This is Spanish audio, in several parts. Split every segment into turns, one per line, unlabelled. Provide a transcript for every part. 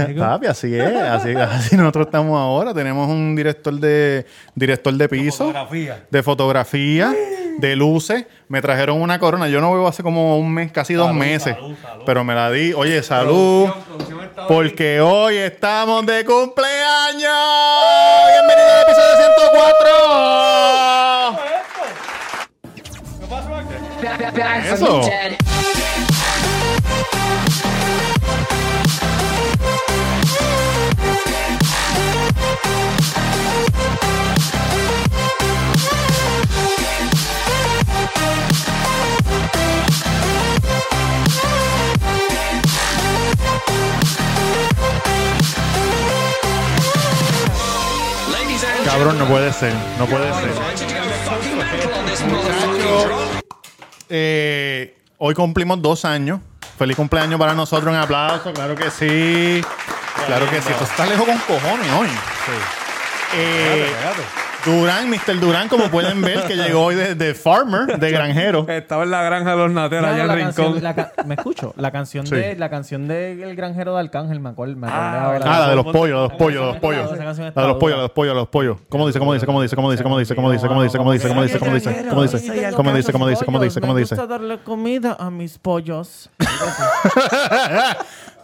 Papi, así es, así, así nosotros estamos ahora. Tenemos un director de director de piso,
fotografía.
de fotografía, de luces. Me trajeron una corona. Yo no veo hace como un mes, casi dos meses,
salud, salud.
pero me la di. Oye, salud,
Producción está
porque hoy estamos de cumpleaños. Bienvenido al episodio 104.
¿Qué pasó aquí?
Back, back, back from
Eso.
the dead.
Cabrón, no puede ser, no puede ser. Eh, hoy cumplimos dos años. Feliz cumpleaños para nosotros. Un aplauso. Claro que sí. Claro que sí. Esto está lejos con cojones hoy. Eh, Durán, Mr. Durán, como pueden ver, que llegó hoy de, de farmer, de granjero.
Estaba en la granja de los nateros allá en
la
el rincón.
canción- la ca- me escucho. La canción
Sí.
de la canción de El granjero de Arcángel, me acuerdo. Me acordé ahora.
Ah, la de los pollos, la de los pollos, la de los pollos.
Esa canción está
La de los
dura.
pollos, la de los pollos, la de los pollos. ¿Cómo dice? ¿Cóóó dice? ¿Cómo dice? ¿Cómo dice? ¿Cómo dice? ¿Cómo dice? ¿Cómo dice? ¿Cómo dice? ¿Cómo dice? ¿Cómo dice? ¿Cómo dice? ¿Cómo dice? ¿Cómo dice? ¿Cómo dice? ¿Cómo dice?
darle comida a mis pollos.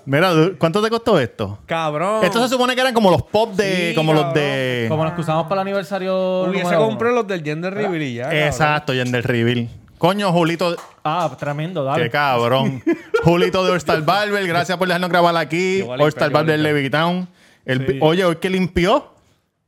Mira, du- ¿cuánto te costó esto?
Cabrón.
Esto se supone que eran como los pop de.
Sí,
como los
cabrón.
de.
Como los que usamos para el aniversario.
Hubiese
número uno.
comprado los del Gender Reveal y ya. cabrón.
Exacto, y en el reveal. Coño, Julito,
Ah, tremendo,
qué
dale.
cabrón. Julito de Orstar Barber, gracias por dejarnos grabar aquí.
Yo voy a limpiar,
Orstar
yo voy a
Barber
limpiar.
Levitown. El, Oye, hoy que limpió,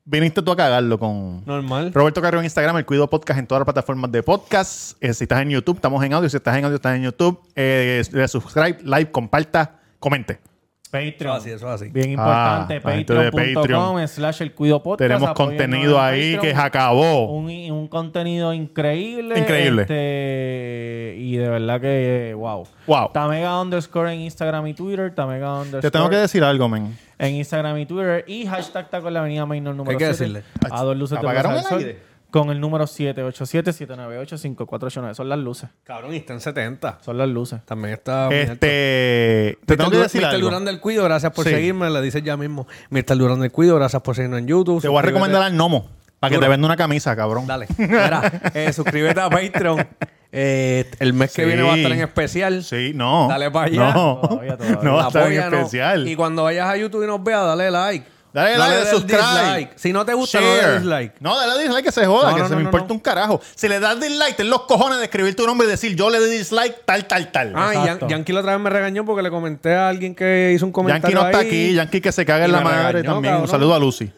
viniste tú a cagarlo con
Normal.
Roberto Carrión en Instagram, el Cuido Podcast en todas las plataformas de podcast. Eh, si estás en YouTube, estamos en audio. Si estás en audio, estás en YouTube. Eh, le subscribe, like, comparta, comente.
Eso
Patreon.
así, eso así.
Bien importante.
Ah, la gente de Patreon.
Patreon.com slash el cuido podcast.
Tenemos
Apóyennos
contenido
en
ahí
Patreon.
que se acabó.
un, un contenido increíble.
Increíble.
Este, y de verdad que, eh, wow.
Wow.
Tamega underscore en Instagram y Twitter. Tamega
Pues
underscore
Te tengo que decir algo, men.
en Instagram y Twitter. Y hashtag taco en la avenida Mainor número
Hay que
7,
decirle.
A dos luces de
¿Apagaron
Plaza del
el
Sol,
aire?
Con el número 787-798-5489. Son las luces.
Cabrón, y está en 70.
Son las luces.
También está.
Este. Te tengo que decir
Mr.
algo.
Durán del Cuido, gracias por
Sí.
seguirme, le dices ya mismo. Mr. Durán del Cuido, gracias por seguirnos en YouTube.
Te voy a
Suscríbete.
recomendar al Nomo para que
Dura.
te venda una camisa, cabrón.
Dale. Mira, eh, suscríbete a Patreon. Eh, el mes que
Sí.
viene va a estar en especial.
Sí, no.
Dale pa' allá.
No,
Todavía, todavía.
no va a estar en
Apóyanos.
especial.
Y cuando vayas a YouTube y nos veas, dale like.
Dale,
No
dale,
le des
subscribe.
dislike. Si no te gusta, no le
Share.
des dislike.
No, dale dislike que se joda,
No,
que
no,
se
no,
me
no,
importa
no.
un carajo. Si le das dislike, ten los cojones de escribir tu nombre y decir yo le di dislike tal, tal, tal.
Ah, y Yan-
Exacto.
Yankee la otra vez me regañó porque le comenté a alguien que hizo un
Yankee
comentario.
no está
ahí.
aquí. Yankee que se caga en
Y
la
me
madre
regañó,
también. Un
cabrón.
saludo a Lucy.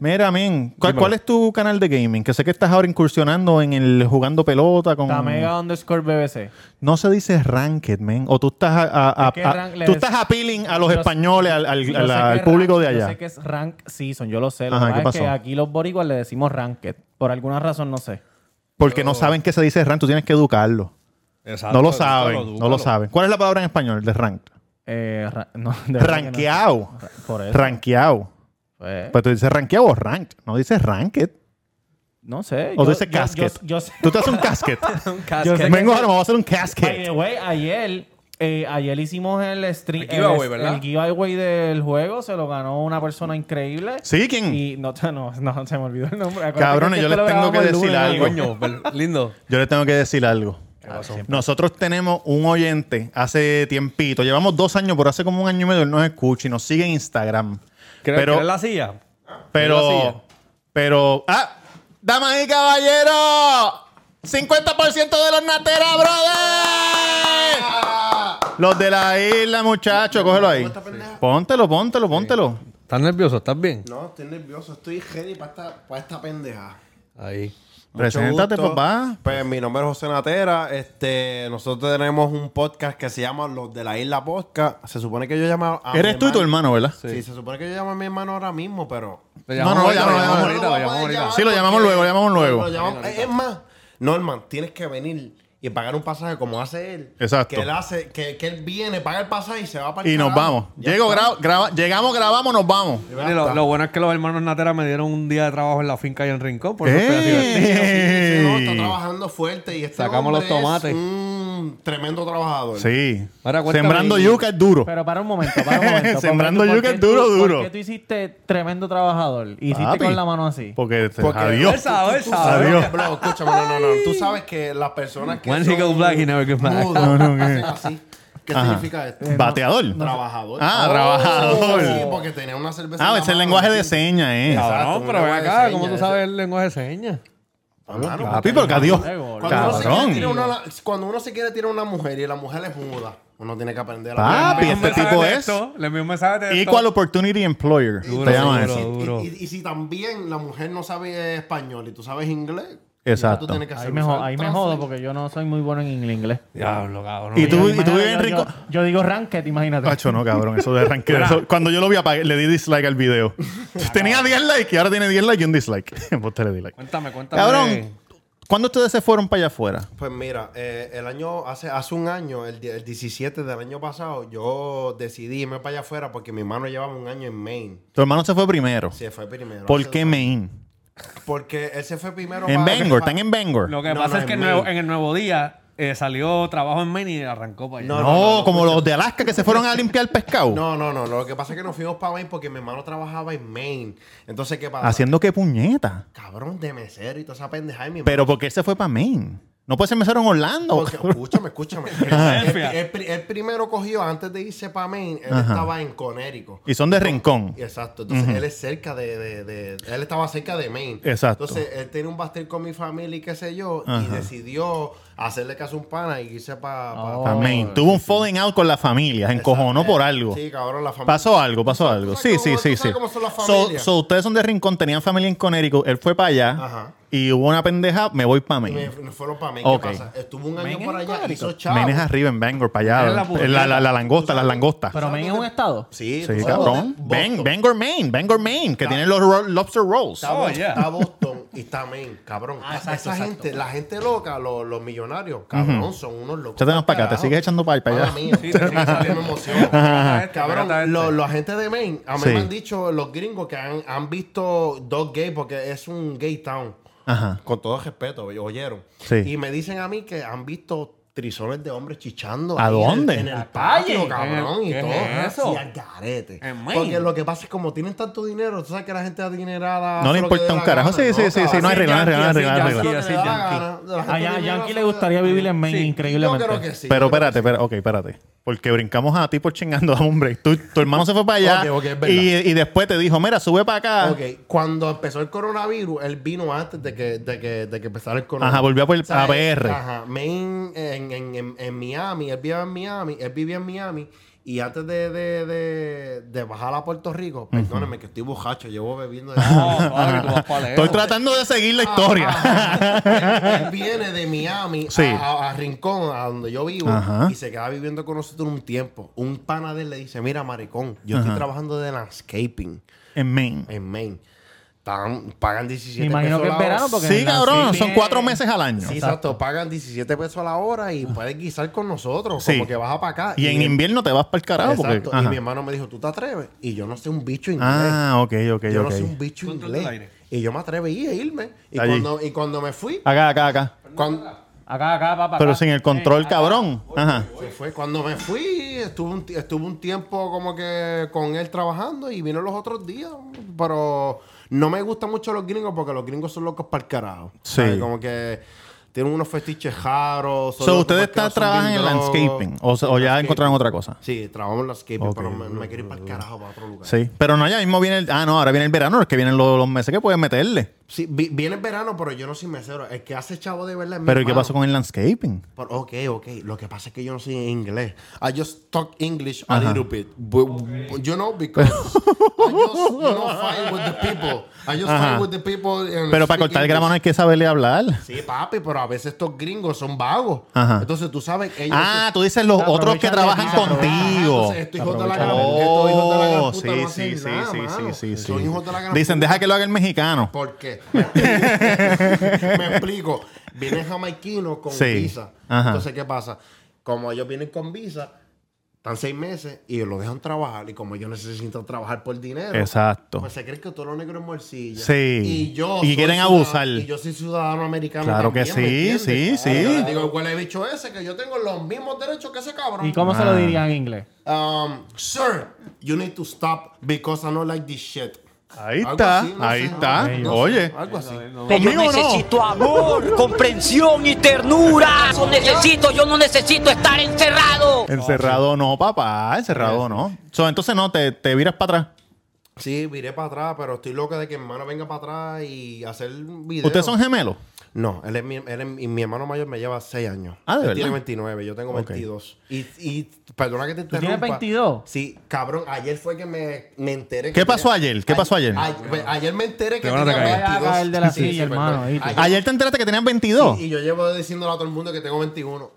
Mira, men, ¿cuál,
Dímelo.
cuál es tu canal de gaming? Que sé que estás ahora incursionando en el jugando pelota con...
Tamega underscore BBC.
No se dice ranked, men. O tú estás a, a- a-
Es que
a-
rank-
tú
les-
estás appealing a los
Yo-
españoles, al, al-
Yo
al-
sé que
al
es
público
rank-
de
Yo
allá.
sé que es rank season, yo lo sé. Lo
Ajá, ¿qué
que pasa es que
pasó?
aquí los boricuas le decimos ranked. Por alguna razón, no sé.
Porque no saben que se dice rank, tú tienes que educarlo.
Exacto,
no lo
dúcalo,
saben, no
dúcalo.
lo saben. ¿Cuál es la palabra en español de rank?
Eh, ra- no, de verdad que no.
Ranqueado.
Ra- Por eso.
Ranqueado.
pues,
Pero tú dices ranqueado o ranked. No dices ranked.
no sé.
O
yo-
dices
yo-
casket.
Yo, yo sé.
Tú te haces un casket.
Un casquete.
Yo sé que-
Vengo ahora, me voy a hacer un
By
casket.
the way, ayer, eh, ayer hicimos el stream.
El giveaway, ¿verdad?
el giveaway del juego se lo ganó una persona increíble.
Sí, ¿quién?
Y no, no, no, se me olvidó el nombre. Acuérdate
Cabrones,
que
yo
esto
les
lo
tengo que
grabamos el
decir
lunes,
algo.
¿no?
Coño, pero lindo.
Yo le tengo que decir algo. Nosotros tenemos un oyente hace tiempito, llevamos dos años, pero hace como un año y medio él nos escucha y nos sigue en Instagram.
¿Crees
pero,
que la silla? ¿Quieres la
pero,
silla?
pero, ah, damas y caballeros, 50% de los nateras, brother. Los de la isla, muchachos, cógelo ahí. Póntelo, póntelo, póntelo.
¿Estás nervioso? ¿Estás bien?
No, estoy nervioso, estoy ready para esta, para esta pendeja.
Ahí.
Mucho
Preséntate,
gusto.
papá.
Pues mi nombre es José Natera. Este, nosotros tenemos un podcast que se llama Los de la Isla Podcast. Se supone que yo llamo a mi
Eres tú y tu hermano, ¿verdad?
Sí. se supone que yo llamo a mi hermano ahora mismo, pero.
Lo
No, no,
llamamos
ya
ahorita,
no,
lo
ya
llamamos
no.
ahorita,
No
lo
voy a
llamamos ahorita.
llamar
Sí, lo llamamos
porque-
luego, lo llamamos luego.
Lo llamamos- es más, Norman, tienes que venir y pagar un pasaje como hace él.
Exacto.
Que él hace, que, que él viene, paga el pasaje y se va para
Y nos vamos. Llego, gra- graba- llegamos, grabamos, nos vamos.
Mira, Lo, lo bueno es que los hermanos Natera me dieron un día de trabajo en la finca y en
Eh.
Rincón. Por eso estoy así.
Sí, sí, no,
¡Ey!
está trabajando fuerte y este
Sacamos los
hombre es
tomates.
un un tremendo trabajador.
Sí.
Ahora cuéntame-
Sembrando yuca es duro.
Pero para un momento, para un momento.
Sembrando
¿Por qué-
yuca
por
es
qué tú-
duro, duro.
¿Por qué tú hiciste tremendo trabajador? Hiciste
Papi.
con la mano así.
Porque,
Porque-
adiós.
Esa- sabe,
Tú
sabe.
sabes
Adiós.
que- bro, escúchame, no, no, no. Tú sabes que las personas que
When he goes black, he never goes black.
mudos
No, no, ¿qué?
hacen así. ¿Qué
Ajá. Eh,
significa esto?
Bateador.
Trabajador.
Ah,
Oh,
trabajador.
Sí, porque tenía una cerveza. en
Ah,
la
es el
mano,
lenguaje de
así.
señas, eh.
Exacto,
Cabrón, pero ven
lenguaje de
acá, ¿cómo tú
señas,
sabes el lenguaje de señas?
Ah, mano,
Papi, porque adiós.
Cuando uno, se quiere tirar
Cabrón.
una- cuando uno se quiere tirar a una mujer y la mujer es muda, uno tiene que aprender a
Papi,
hablar.
este tipo es
Le envió un mensaje de
Equal Opportunity Employer.
Duro,
se llama
duro.
eso.
Y-
Duro.
Y, y si también la mujer no sabe español y tú sabes inglés,
Exacto.
tú tienes que hacer
Ahí me, jo-
usar
ahí me
translate.
jodo porque yo no soy muy bueno en inglés.
Diablo, cabrón.
Y tú-
Yo-
vives en
yo-
Rico-
Yo, yo digo ranked, imagínate.
Pacho, no, cabrón, eso de arranque. eso- cuando yo lo vi, apagué, le di dislike al video. Tenía 10 likes y ahora tiene 10 likes y un dislike. Pues te le di like.
Cuéntame, cuéntame.
Cabrón, ¿cuándo ustedes se fueron para allá afuera?
Pues mira, eh, el año, hace, hace un año, el, di- el 17 del año pasado, yo decidí irme para allá afuera porque mi hermano llevaba un año en Maine.
Tu hermano se fue primero.
Se fue primero.
¿Por
Hace-
qué Maine?
Porque él se fue primero
En
para-
Bangor,
para-
están en Bangor.
Lo que
No,
pasa
no,
es que
en
en, nuevo-
Maine.
en el nuevo día eh, salió trabajo en Maine y arrancó para allá.
No,
No,
no,
como los de Alaska que se fueron a limpiar pescado.
No, no, no. Lo que pasa es que nos fuimos para Maine porque mi hermano trabajaba en Maine. Entonces, ¿qué pasa?
Haciendo qué puñeta.
Cabrón de mesero y toda esa pendeja de mi
Pero porque él se fue para Maine. No puede ser mesero en Orlando.
Porque,
cabrón. Ah,
escúchame, escúchame. El, el- el pri- el primero cogió antes de irse para Maine, él estaba en Conérico.
Y son de rincón.
Exacto. Entonces él es cerca de, de- de- Él estaba cerca de Maine.
Exacto.
Entonces él tiene un pastel con mi familia y qué sé yo. Y decidió hacerle caso a un pana y irse para.
Oh.
Pa' Maine. Tuvo un falling out con la familia. Se encojonó por algo.
Eh, Sí, cabrón, la familia.
Pasó algo, pasó algo.
sabes
Sí,
cómo-
sí, sí,
tú sabes
sí.
cómo son las
So,
familias.
so, ustedes son de Rincón, tenían familia en Connecticut, él fue para allá
Ajá.
y hubo una pendeja, me voy para
Y
Maine.
me, me fueron para Maine.
Ok.
¿Qué pasa? Estuvo un año
Maine
por
es
allá.
histórico.
Hizo chavo.
Maine es arriba en Bangor, para allá.
Es
La,
la
la, la langosta, las langostas.
Pero Maine es un estado.
Sí, tú
Sí,
sabes
cabrón.
dónde-
Bang,
Boston.
Bangor, Maine. Bangor, Maine. Que tienen los ro- lobster rolls.
Está,
Oh,
Boston, Ah,
yeah.
está Boston y está Maine, cabrón. Esa- Esa gente, la gente loca, los, los millonarios, cabrón, son unos locos.
Échate más para acá. Te sigues echando para
para
allá.
allá. Mía,
Sí,
sí,
sí, sí.
me emociono.
Pégate a este,
Cabrón,
pégate a este.
los, los agentes de Maine, a mí
Sí.
me han dicho los gringos que han, han visto dos gays porque es un gay town.
Ajá.
Con todo respeto, oy- oyeron.
Sí.
Y me dicen a mí que han visto trisones de hombres chichando.
¿A
ahí en el-
dónde?
En el,
La
patio,
calle.
cabrón,
¿Qué
y
es
todo.
eso?
Y al garete.
En Maine.
Porque lo que pasa es como tienen tanto dinero, tú sabes que la gente adinerada...
No le
hace lo que
importa
dé
un
Ah, la
carajo.
gana,
Sí, sí, sí, sí. No hay
Así
regla, no hay regla, no hay regla, no hay
yankee, así
regla.
Lo que
así
le da la
yankee.
gana, la gente
A Yan-
adinerada
Yankee
hace
le
lo-
gustaría vivir en Maine,
Sí.
increíblemente.
Yo creo que sí.
Pero
yo creo
espérate, espérate. Ok, espérate. Porque brincamos a ti por chingando, hombre. Tú- tu hermano se fue para allá
Ok, ok, es verdad.
y, y después te dijo, mira, sube para acá.
Ok, cuando empezó el coronavirus, él vino antes de que, de que, de que empezara el coronavirus.
Ajá, volvió a por el- a
él-
PR.
Ajá, Maine, en, en, en, en Miami, él vivía en Miami, él vivía en Miami. Y antes de, de, de, de bajar a Puerto Rico, perdónenme que estoy bojacho, llevo bebiendo de
No, padre, tú vas para lejos.
Ah, Estoy tratando de seguir
Ah,
la historia.
Ajá. Él viene de Miami a-
Sí.
a, a Rincón, a donde yo vivo,
Ajá.
y se queda viviendo con nosotros un tiempo. Un pana de él le dice, mira, maricón, yo estoy trabajando de landscaping
en Maine.
en Maine. Están- pagan 17
Me imagino
pesos
que
la
es verano
hora.
porque...
Sí,
en la-
cabrón.
sí,
Son
sí.
cuatro meses al año.
Sí, exacto. Pagan 17 pesos a la hora y puedes guisar con nosotros.
Sí.
Como que baja para acá.
Y en invierno te vas para el carajo. porque-
Exacto.
ajá.
Y mi hermano me dijo, ¿tú te atreves? Y yo no sé un bicho inglés.
Ah, ok, ok,
yo no sé un
ok.
bicho
Control del
inglés.
aire.
Y yo me atreví a irme. Y
Allí.
cuando, y cuando me fui,
Acá, acá, acá.
cuando,
Acá, acá, papá.
Pero
acá.
sin el control, cabrón. Ajá.
se fue. cuando me fui, estuve un, ti- estuve un tiempo como que con él trabajando y vino los otros días. Pero no me gustan mucho los gringos porque los gringos son locos para el carajo.
Sí.
¿Sabes? Como que tienen unos fetiches raros. son
So,
locos
ustedes
pa'l
está-
carajo, son
trabajan
bien
en
drogos.
landscaping. O, se- o ya encontraron otra cosa.
Sí, trabajamos en landscaping,
Ok.
pero me, me quiero ir para el carajo, para otro lugar. Sí,
Sí. Pero no, ya mismo viene el. Ah, no, ahora viene el verano, es que vienen los, los meses que puedes meterle.
vi- viene el verano, pero yo no soy mesero. El que hace chavo de verdad es mi
Pero ¿y qué
hermano.
pasó con el landscaping?
Pero, ok, ok. Lo que pasa es que yo no soy inglés. I just talk English a little bit. Bu- bu- You know, because I just you know, fight with the people. I just
Ajá.
fight with the people. and
Pero para
speak
cortar el
English.
grama no hay que saberle hablar.
Sí, papi, pero a veces estos gringos son vagos.
Ajá.
Entonces tú sabes que ellos.
Ah, tú dices los
Se
otros que
aprovechan de
trabajan
ti, se
contigo.
Ah, Entonces, estos hijos de la gran estos hijos de la gran
Oh,
puta
sí, sí,
no
sí,
hacen nada,
sí,
mano.
sí, sí, sí.
Son hijos de la gran
Dicen,
puta.
deja que lo haga el mexicano.
¿Por qué? Me explico. Me explico. Vienen jamaiquinos con
Sí.
visa.
Ajá.
Entonces, ¿qué pasa? Como ellos vienen con visa, Están seis meses y lo dejan trabajar. Y como yo necesito trabajar por dinero,
Exacto.
pues se cree que todo lo negro es morcilla.
Sí.
Y yo.
Y
soy
quieren
ciudadano-
abusar.
Y yo soy ciudadano americano.
Claro que
también, ¿me
sí,
entiendes?
sí, sí.
yo le digo, ¿cuál es el bicho ese? Que yo tengo los mismos derechos que ese cabrón.
¿Y cómo se
Ah.
lo diría en inglés?
Um, sir, you need to stop because I don't like this shit.
Ahí
Algo
está,
así, no
ahí
sé,
está.
no sé, no sé,
Oye.
algo así.
Que yo
¿Conmigo no?
necesito amor, comprensión y ternura. Eso necesito, yo no necesito estar encerrado.
Encerrado no, papá. Encerrado no. So, entonces no, te, te viras para atrás.
Sí, viré para atrás, pero estoy loca de que mi hermano venga para atrás y hacer videos.
¿Ustedes son gemelos?
No, él es mi, él es mi, mi hermano mayor me lleva 6 años.
Ah, ¿de
Él
verdad?
tiene 29, yo tengo
Ok.
22. Y, y perdona que te
tienes
interrumpa.
22?
Sí, cabrón, ayer fue que me, me enteré.
¿Qué
que
pasó
tenía-
ayer? ¿Qué pasó ayer?
ay- pues, ayer me enteré que
Te van a
tenía
atacar.
22.
Te van a caer de la
Sí, sí,
silla,
perdón.
hermano, ¿viste?
Ayer-
Ayer te enteraste que tenían 22.
y, y yo llevo diciéndole a todo el mundo que tengo 21.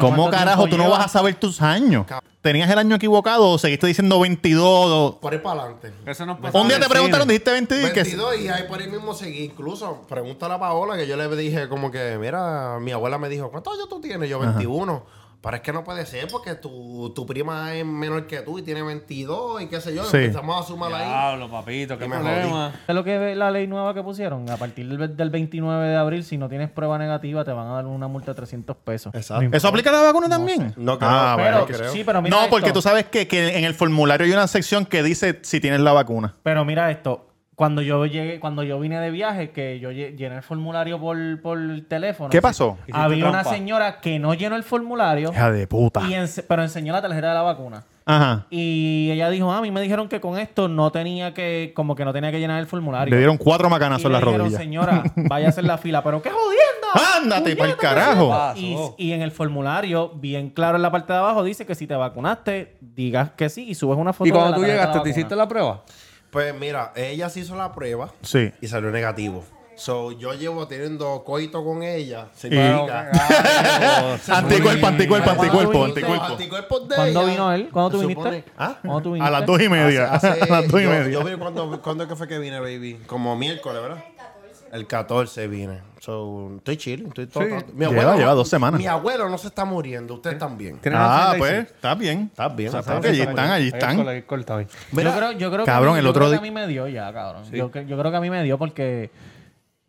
¿Cómo carajo tú no vas a
saber?
saber tus años?
Cab-
¿Tenías el año equivocado o seguiste diciendo 22? o-
Por ahí para adelante.
Eso nos
Pues
pasó
Un día
en
te
el
preguntaron,
cine.
dijiste 22 y que sí.
22 y ahí por ahí mismo seguí. Incluso pregúntale a Paola que yo le dije como que, mira, mi abuela me dijo, ¿cuántos años tú tienes? Yo 21. Pero es que no puede ser porque tu, tu prima es menor que tú y tiene 22 y qué sé yo.
Sí.
Empezamos a sumar ahí.
Diablo, papito, qué
Y me
problema.
¿Qué es lo que es la ley nueva que pusieron? A partir del, del 29 de abril, si no tienes prueba negativa, te van a dar una multa de 300 pesos.
Exacto.
¿Eso aplica a la vacuna también?
No creo,
Ah,
Pero,
bueno.
no creo.
Sí, pero mira
No,
esto.
porque tú sabes que, que en el formulario hay una sección que dice si tienes la vacuna.
Pero mira esto. Cuando yo llegué, cuando yo vine de viaje, que yo lle- llené el formulario por, por el teléfono.
¿Qué pasó?
Hiciste
Había una
trampa.
señora que no llenó el formulario,
Hija de puta.
y ense- pero enseñó la tarjeta de la vacuna.
Ajá.
Y ella dijo, "Ah, a mí me dijeron que con esto no tenía que, como que no tenía que llenar el formulario.
Le dieron cuatro macanazos
y
en
le
las
dijeron,
rodillas.
señora, vaya a hacer la fila. Pero qué jodienda.
¡Ándate pa'l
Puñeta, ¿qué
carajo!
Ah,
Y,
pasó.
y en el formulario, bien claro en la parte de abajo, dice que si te vacunaste, digas que sí y subes una foto.
Y cuando tú
de la tarjeta de
llegaste,
la
¿te hiciste
vacuna.
la prueba?
Pues mira, ella se hizo la prueba
Sí.
y salió negativo. So, yo llevo teniendo coito con ella.
Pero, Anticuerpo, anticuerpo, anticuerpo, anticuerpo.
Anticuerpos de
¿Cuándo
ella.
vino él? ¿Cuándo tú
Se
viniste?
supone- ¿Ah?
¿Cuándo tú viniste?
A las dos y media.
Hace- hace-
a las dos y
yo-
media.
Yo vine cuando, cuando que fue que vine, baby. Como miércoles, ¿verdad? El 14 vine. So, estoy chill, estoy todo. todo- Mi
Lleva- lleva dos semanas.
Mi abuelo no se está muriendo, usted también.
¿Tienes
ah,
la
pues, está bien.
Está bien,
O sea,
está
que allí
bien.
están, allí Ah, están.
Mira,
yo creo, yo creo
cabrón,
que,
el
yo
otro
creo que
di-
a mí me dio ya, cabrón. Yo, que- yo creo que a mí me dio porque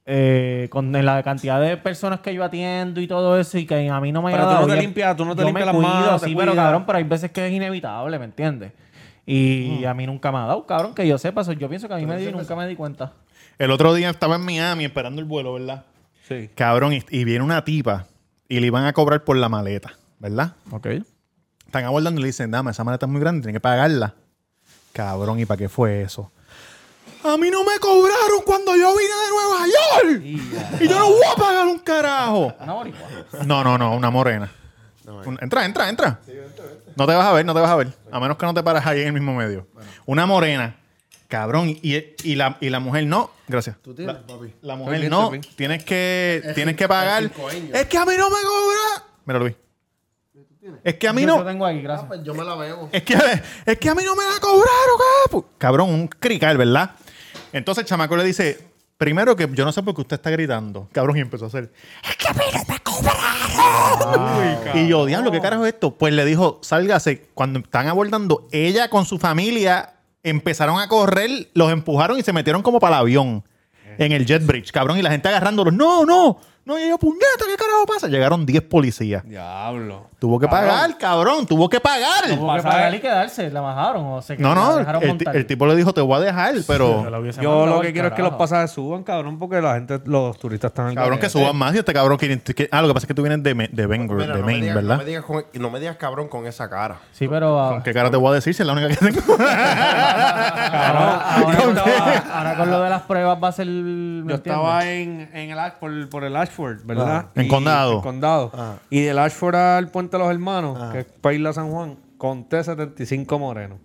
eh, con la cantidad de personas que yo atiendo y todo eso y que a mí no me ha
Pero tú
dado
no te
bien,
limpias, tú no te
yo
limpias
me
las manos,
cuido,
te
sí, pero
cuidas.
cabrón, pero hay veces que es inevitable, ¿me entiendes?
Mm.
Y a mí nunca me ha dado, cabrón, que yo sepa. eso Yo pienso que a mí me dio y nunca me di cuenta.
El otro día estaba en Miami esperando el vuelo, ¿verdad?
Sí.
Cabrón, y, y viene una tipa y le iban a cobrar por la maleta, ¿verdad?
Ok.
Están abordando y le dicen, dame, esa maleta es muy grande, tiene que pagarla. Cabrón, ¿y para qué fue eso? A mí no me cobraron cuando yo vine de Nueva York. Y yo no voy a pagar un carajo.
Ah,
Una boricua.
No, no, no, una morena. Un- entra, entra, entra. No te vas a ver, no te vas a ver. A menos que no te paras ahí en el mismo medio. Una morena. Cabrón, y, y la, y la mujer no. Gracias.
tú tienes, papi.
La mujer
bien,
no.
estoy bien.
Tienes que, tienes que pagar.
es cincoeño.
Es que a mí no me cobra. Mira, Luis. Es que a mí
Yo
no.
lo tengo ahí,
Ah,
gracias.
pues yo me la veo.
Es que, es que a mí no me la cobraron, capo. Cabrón, un crical, ¿verdad? Entonces el chamaco le dice, primero que yo no sé por qué usted está gritando. Cabrón, y empezó a hacer, es que a mí no me cobraron. y yo, diablo, ¿qué carajo es esto? Pues le dijo, sálgase. Cuando están abordando, ella con su familia empezaron a correr, los empujaron y se metieron como para el avión. En el jet bridge, cabrón, y la gente agarrándolos. No, no, no, y yo, puñeta, ¿qué carajo pasa? Llegaron 10 policías.
Diablo.
Tuvo que pagar, cabrón, tuvo que pagar.
Tuvo que
Pasar.
pagar y quedarse. La bajaron o se
No,
la
no,
dejaron
el, ti-
montar.
el tipo le dijo, te voy a dejar, pero...
Yo lo que quiero es que los pasajes suban, cabrón, porque la gente, los turistas están en
Cabrón, que suban más y este cabrón... Que, que- ah, lo que pasa es que tú vienes de, Me- de Bangor,
Mira,
de
no, me
Maine,
digas, no
¿verdad?
me digas con- no me digas cabrón con esa cara.
Sí, pero... ah,
¿Qué cara te voy a decir si es la única que tengo?
Ahora, ahora
Yo
con,
estaba-
ahora con lo de las pruebas va a ser. ¿me
Yo estaba
entiendes?
en, en el Ash- por, por el Ashford, ¿verdad?
Ah, En
Y-
Condado. Ah.
En Condado. Y del Ashford al Puente de los Hermanos, que es para Isla San Juan, conté 75 morenos.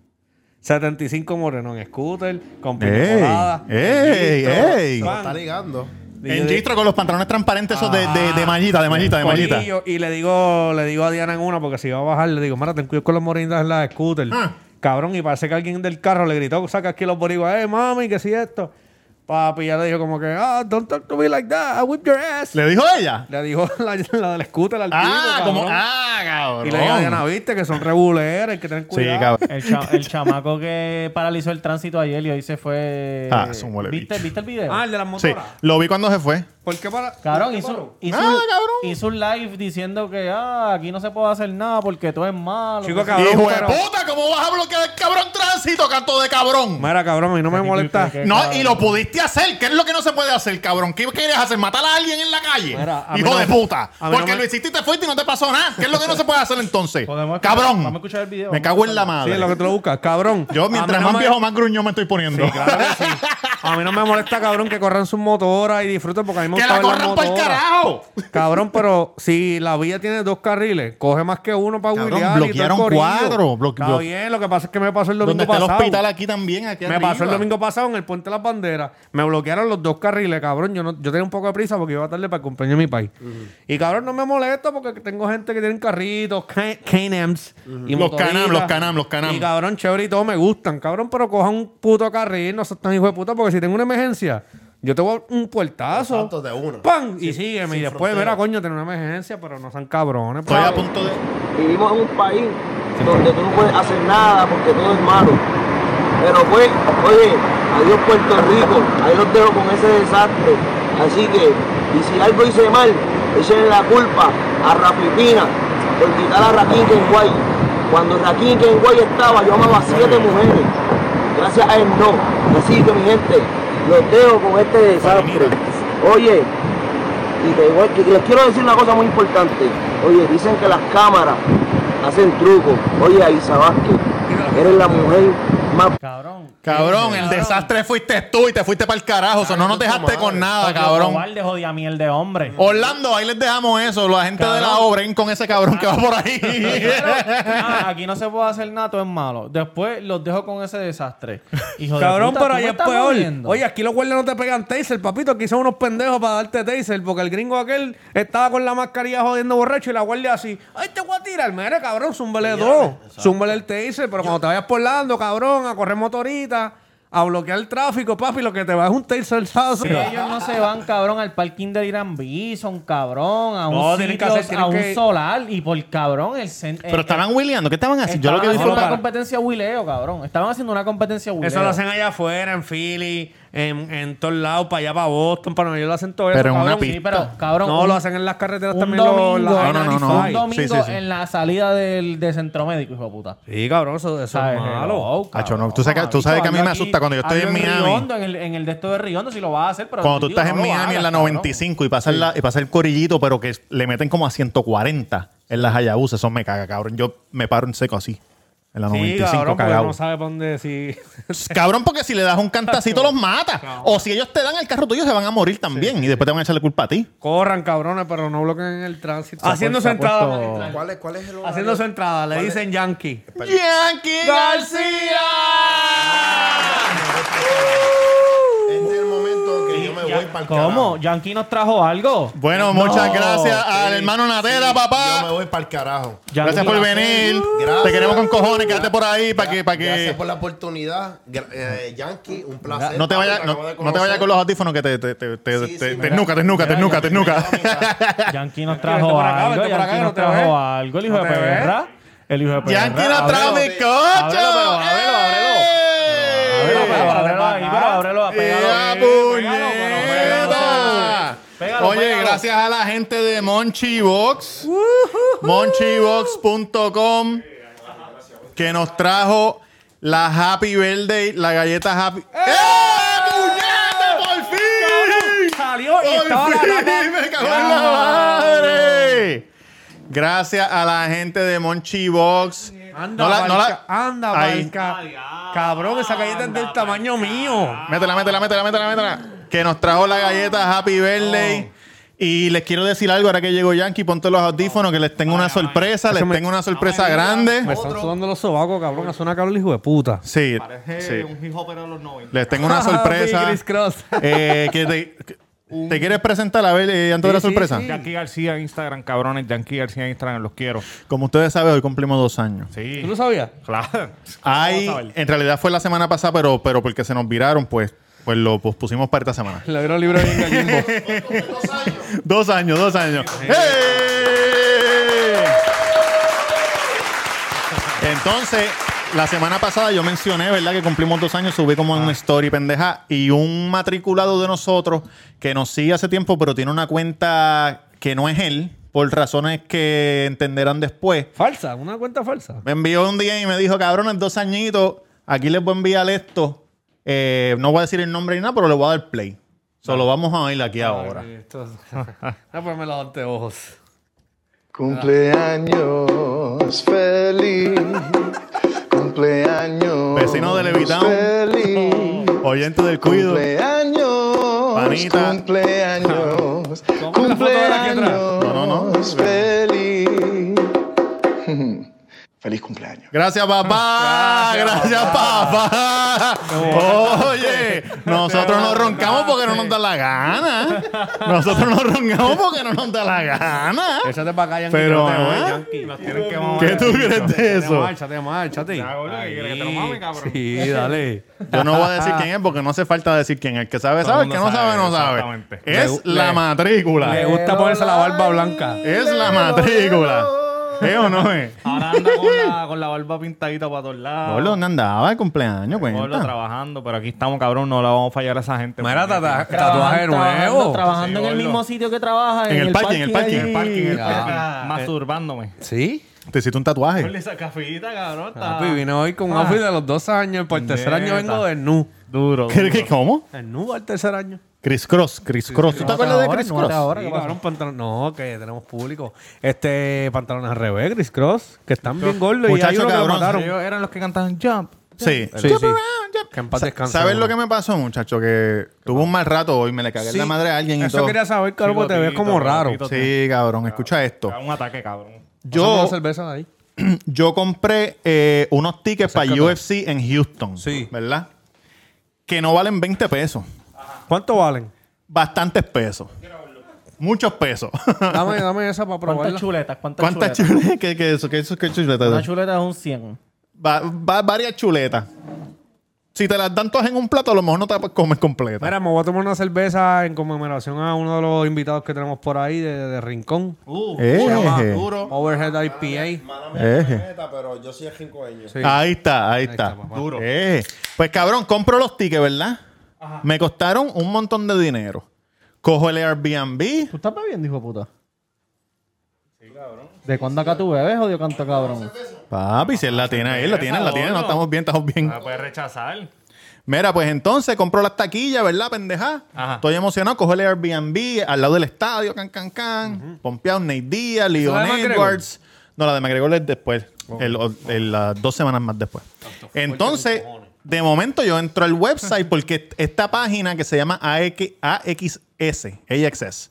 75 morenos en scooter, con pincelada.
¡Ey! ¡Ey! ¡Ey!
Se lo está ligando.
en Gistro con los pantalones transparentes esos de, de,
Ah,
de mallita, de mallita, de mallita.
Y le digo, le digo a Diana en una, porque si iba a bajar, le digo, mira, ten cuidado con los morenitas en la scooter.
Ah.
Cabrón, y parece que alguien del carro le gritó, saca aquí los boricuas, eh, mami, que si esto. Papi ya le dijo como que, ah, don't talk to me like that, I whip your ass. Le,
¿Le dijo ella?
dijo la, la del scooter al
Ah,
tipo,
como.
cabrón.
Ah, cabrón.
Y le dijo, Diana, viste que son reguleras, hay que tener
Sí,
cuidado.
cabrón.
El, cha- el chamaco que paralizó el tránsito ayer y hoy se fue.
Ah, es un huele
¿Viste,
bicho.
¿Viste el video?
Ah, el de las
Sí,
motoras.
lo vi cuando se fue.
¿Por qué para?
Cabrón,
por qué
hizo,
paró?
hizo,
Nada,
un-
Ah, cabrón.
hizo un live diciendo que ah, aquí no se puede hacer nada porque todo es malo.
Chico,
que-
cabrón.
Hijo de
pero-
puta, ¿cómo vas a bloquear el cabrón tránsito, canto de cabrón?
Mira, cabrón, a mí no me
Aquí,
molesta.
aquí, aquí.
No,
cabrón.
y lo pudiste hacer. ¿Qué es lo que no se puede hacer, cabrón? ¿Qué quieres hacer? ¿Matar a alguien en la calle?
Mira, a mí
Hijo
no
de
me-
puta.
a mí no
Porque
me-
lo hiciste y te fuiste y no te pasó nada. ¿Qué es lo que no se puede hacer entonces?
Podemos escuchar-
Cabrón.
vamos a escuchar el video,
Me
vamos a
cago en la
Sí,
madre.
es lo que tú lo buscas, cabrón.
Yo, mientras
A mí
más
no me-
viejo, más gruñón me estoy poniendo.
Sí, claro que sí. A mí no me molesta, cabrón, que corran sus motoras y disfruten porque a mí me
¡Que
gusta
la
ver las
corran para el
motoras.
carajo!
Cabrón, pero si la vía tiene dos carriles, coge más que uno para
Cabrón,
William.
bloquearon cuatro, blo-
Está
blo-
bien, lo que pasa es que me pasó el
Donde
domingo
está el
pasado.
hospital aquí también, aquí
me
arriba.
pasó el domingo pasado en el Puente de las Banderas. Me bloquearon los dos carriles, cabrón. Yo, no, yo tenía un poco de prisa porque iba tarde para el cumpleaños de mi país. Y cabrón, no me molesta porque tengo gente que tienen carritos, ca- Can-Ams. y
Los
motoritas.
Can-Am, los Can-Am, los Can-Am.
Y cabrón, chévere y todo me gustan, cabrón. Pero cojan un puto carril, no seas tan hijo de puta, porque si tengo una emergencia, yo te voy a dar un puertazo.
Exacto, de una.
¡Pam! Y sígueme. Y
sin
después,
frontera.
mira, coño, tener una emergencia, pero no sean cabrones.
Estoy a
cabrón.
punto de...
Vivimos en un país donde tú no puedes hacer nada porque todo es malo. Pero pues, oye, adiós Puerto Rico, ahí los dejo con ese desastre. Así que, y si algo hice mal, échenle la culpa a Rafipina por quitar a Raquín Kenguay. Cuando Raquín Kenguay estaba, yo amaba a siete mujeres. Gracias a él no. Así que mi gente, los dejo con este desastre. Oye, y que igual- que- que les quiero decir una cosa muy importante. Oye, dicen que las cámaras hacen trucos. Oye, Aisa Vázquez, eres la mujer más
Cabrón.
Cabrón, el desastre fuiste tú y te fuiste para el carajo. O sea, no nos dejaste con
Pues
nada,
Cabrón.
cabrón.
Cobarde, jodía miel de hombre.
Orlando, ahí les dejamos eso. La gente de la
Cabrón.
obra, ven con ese cabrón que va por ahí.
Ah, aquí no se puede hacer nada, todo es malo. Después los dejo con ese desastre. Hijo de
Cabrón,
puta,
pero
¿tú me
allá es
estás
peor.
jodiendo?
Oye, aquí los guardias no te pegan taser, papito. Aquí son unos pendejos para darte taser. Porque el gringo aquel estaba con la mascarilla jodiendo borracho y la guardia así. ¡Ay, te voy a tirar! Mire, cabrón, zúmbale dos. Zúmbale el taser. Pero cuando te vayas porlando, cabrón, a correr motorita, a bloquear el tráfico, papi, lo que te va es un taser sazo.
Ellos no se van, cabrón, al parking de Irán Bison, cabrón, a un,
No, tienen que
sitio,
hacer- tienen
a un
que-
solar y por cabrón el centro.
Pero estaban wheeleando. ¿Qué estaban haciendo? Yo lo que vi
Eh, haciendo
fue...
una
para-
competencia wileo, cabrón. Estaban haciendo una competencia wileo.
Eso lo hacen allá afuera, en Philly, en, en todos lados, para allá, para Boston, para Nueva York, lo hacen todo eso.
Pero en una
cabrón.
pi-
Sí, pero cabrón.
No,
un-
lo hacen en las carreteras
un
también. Los,
domingo.
las
No, Ah, no, no, no.
Un
95.
domingo
Sí, sí, sí.
en la salida del, de centro médico, hijo de puta.
Sí, cabrón, eso, eso es
¿Sabes?
malo.
Hello,
Acho,
cabrón.
no, tú sabes que- tú sabes que a mí
Hazlo
me
aquí,
asusta cuando yo estoy
hazlo
en Miami.
Riondo, en, el, en el de esto de Riondo, si lo vas a hacer, pero.
Cuando tú
digo,
estás en
no lo
Miami en la
hagas, cabrón.
95 y pasa, la, y pasa el corillito, pero que le meten como a 140 en las Hayabusa, eso me caga, cabrón. Yo me paro en seco así. En la
Sí,
95
cabrón, porque
cagado.
no sabe para dónde si.
Cabrón, porque si le das un cantacito los mata. O si ellos te dan el carro tuyo, se van a morir también. Y después te van a echar la culpa a ti.
Corran, cabrones, pero no bloqueen el tránsito.
Se ha
Haciendo su
puesto- se ha
entrada.
puesto-
van a entrar.
¿Cuál es, cuál es el horario?
Haciendo su entrada, le dicen Yankee.
¡Yankee García!
Este es el momento que yo me voy para el
¿Cómo? ¿Yankee nos trajo algo?
Bueno, muchas gracias al hermano Natera,
Yo me
papá.
voy para el carajo.
Gracias por venir.
Gracias.
Te queremos con cojones. Quédate por ahí para que, para
Gracias
que
por la oportunidad. Gra- eh, Yankee, un placer.
no te vayas
Te
no,
acabo de
no te vayas
conocer.
con los audífonos que te te te te
Sí, sí,
te, te
mira.
nuca, te nuca, te nuca, te nuca.
Yankee nos
vente
trajo
por acá,
algo.
vente por acá,
Yankee
no
nos
te
trajo
ves.
algo, el hijo
No
de
te ves.
perra. El hijo de perra.
Yankee nos trajo
Pues, Ábrelo.
bizcocho.
Ábrelo, pero ábrelo, ábrelo.
Eh.
Ábrelo, pero ábrelo ahí, pero ábrelo, pégalo
¡Ea,
ahí, pégalo, pero pégalo,
puñeta!
pégalo,
Oye,
pégalo.
gracias a la gente de Monchibox, monchibox.com, que nos trajo la Happy Birthday, la galleta Happy. ¡Eh, puñeta, por fin!
Salió y estaba
¡Por
la tapa.
fin! ¡Me cago en la madre! Gracias a la gente de Monchibox.
Anda,
No la- no
barca,
la-
anda,
Ahí.
barca. Cabrón, esa galleta es del tamaño mío.
Métela, métela, métela, métela, métela. Que nos trajo la galleta Happy Birthday.
Oh.
Y les quiero decir algo ahora que llegó Yankee, ponte los audífonos que les tengo una sorpresa, les
Eso me-
tengo una sorpresa
Me
grande.
están sudando los sobacos, cabrón. Hace una calor, hijo de puta.
Sí, sí.
un hip hopero de los 90.
Les tengo una sorpresa.
Chris Cross.
Eh, que te, que- ¿te quieres presentar a ver eh, antes de la
Sí, sí,
sorpresa?
sí.
Yankee García en Instagram, cabrones. Yankee García en Instagram, los quiero.
Como ustedes saben, hoy cumplimos dos años.
Sí.
¿Tú lo sabías?
Claro.
Hay,
Vamos a ver.
en realidad fue la semana pasada, pero, pero porque se nos viraron, pues Pues lo pospusimos para esta semana.
Le dieron libro bien gallimbo.
Dos años, dos años. ¡Hey! Entonces, la semana pasada yo mencioné, ¿verdad? Que cumplimos dos años, subí
Ah.
como en una story pendeja y un matriculado de nosotros que nos sigue hace tiempo, pero tiene una cuenta que no es él, por razones que entenderán después.
falsa, una cuenta falsa.
Me envió un día y me dijo, cabrones, dos añitos, aquí les voy a enviar esto. Eh, no voy a decir el nombre ni nada, pero le voy a dar play. Solo vamos a ir aquí ahora.
Ay, esto- Ah, pues me los anteojos.
Cumpleaños feliz. Cumpleaños.
Vecino de Levitown.
Feliz.
Oyente del cuido.
Cumpleaños.
Panita.
Cumpleaños.
Ponme la foto de la que atrás.
Cumpleaños.
No, no, no.
Feliz. feliz cumpleaños.
Gracias, papá. Gracias, papá. Oye, nosotros nos roncamos porque no nos da la gana. Nosotros nos roncamos porque no nos da la gana.
Échate para acá, Yankee.
Pero,
que no te voy,
¿ah?
Yankee.
Tienen que mamar
¿Qué
el
tú
bicho.
crees de
Échate
eso?
más, échate más, échate.
Ah, boludo, que quiere que te lo mame, cabrón.
Sí, dale.
Yo no voy a decir quién es porque no hace falta decir quién es. El que sabe,
Todo
sabe. El
el
que no
mundo
sabe,
sabe,
no sabe.
exactamente.
Es
Le-
la
le- Le
matrícula.
gusta ponerse la barba blanca.
Es la matrícula. ¿Eh o no es?
Ahora anda con la, con la barba pintadita para todos lados.
Gordo, ¿dónde andaba el cumpleaños?
Pueblo
Cuenta.
trabajando, pero aquí estamos, cabrón. No la vamos a fallar a esa gente.
Mira,
puñeta.
tata-
Trabajan-
tatuaje nuevo.
Trabajando, trabajando
Sí,
en el
gordo.
mismo sitio que trabaja.
En el parking, en el parking.
ahí. Eh.
En el
Parking, el
Ya.
parking, Ah, Masturbándome.
Sí.
Te hiciste un tatuaje.
Ponle esa cafita, cabrón. está-
Papi, vine hoy con un outfit de los dos años. Para el tercer año vengo de nu.
Duro.
¿Qué-
duro.
qué- ¿Cómo?
El nu al tercer año.
Chris Cross, Chris Cross. ¿Tú te acuerdas de
ahora,
Chris
no, ahora,
Cross?
ahora.
Sí,
¿qué pasó?
cabrón, pantalón- No, que tenemos público. Este, pantalones al revés, Chris Cross, que están bien gordos y
Muchacho,
hay uno que lo
cabrón,
mataron.
Ellos eran los que cantaban Jump.
Sí.
Sí, sí. Que en paz
Sa-
descanse,
¿Sabes
cabrón.
lo que me pasó, muchacho? Que tuve un mal rato hoy, me le cagué
Sí,
la madre a alguien y
Eso
todo.
quería saber, claro, porque te ves
Bigotito,
como raro.
bigotito.
Sí, cabrón, escucha esto.
Era Un ataque, cabrón.
Pásame la
Yo,
cerveza de ahí.
yo compré eh, unos tickets para UFC en Houston,
Sí.
¿verdad? Que no valen 20 pesos,
¿Cuánto valen?
bastantes pesos, muchos pesos.
Dame, dame esa para probarla.
¿Cuántas chuletas? ¿Cuántas,
¿Cuántas
chuletas?
chuletas? ¿Qué, qué eso? ¿Qué eso? ¿Qué
Una
chuleta?
chuleta es un 100.
Va- va- varias chuletas. Si te las dan todas en un plato, a lo mejor no te las comes completa.
Mira, me voy a tomar una cerveza en conmemoración a uno de los invitados que tenemos por ahí de, de Rincón.
Eh, eh.
Duro.
Overhead IPA.
Mala
Eh.
mía, puñeta, pero yo soy el cincoeño.
Sí.
Ahí está, ahí, está.
está, papá.
Duro. Eh, Pues cabrón, compro los tickets, ¿verdad? Me costaron un montón de dinero. Cojo el Airbnb.
¿Tú estás bebiendo, hijo de puta? Sí, cabrón. ¿De cuándo acá tú bebes, odio canto cabrón?
Papi, si él la tiene ahí, la tiene, la tiene. No estamos bien, estamos bien.
La puedes rechazar.
Mira, pues entonces compro las taquillas, ¿verdad, pendeja?
Ajá.
Estoy emocionado. Cojo el Airbnb al lado del estadio, can, can, can. Pompeado, Nate Díaz,
la
Leon
de McGregor?
Edwards. No, la de McGregor es después. El- el- las dos semanas más después. Entonces, de momento yo entro al website porque esta página que se llama AX, AXS, AXS,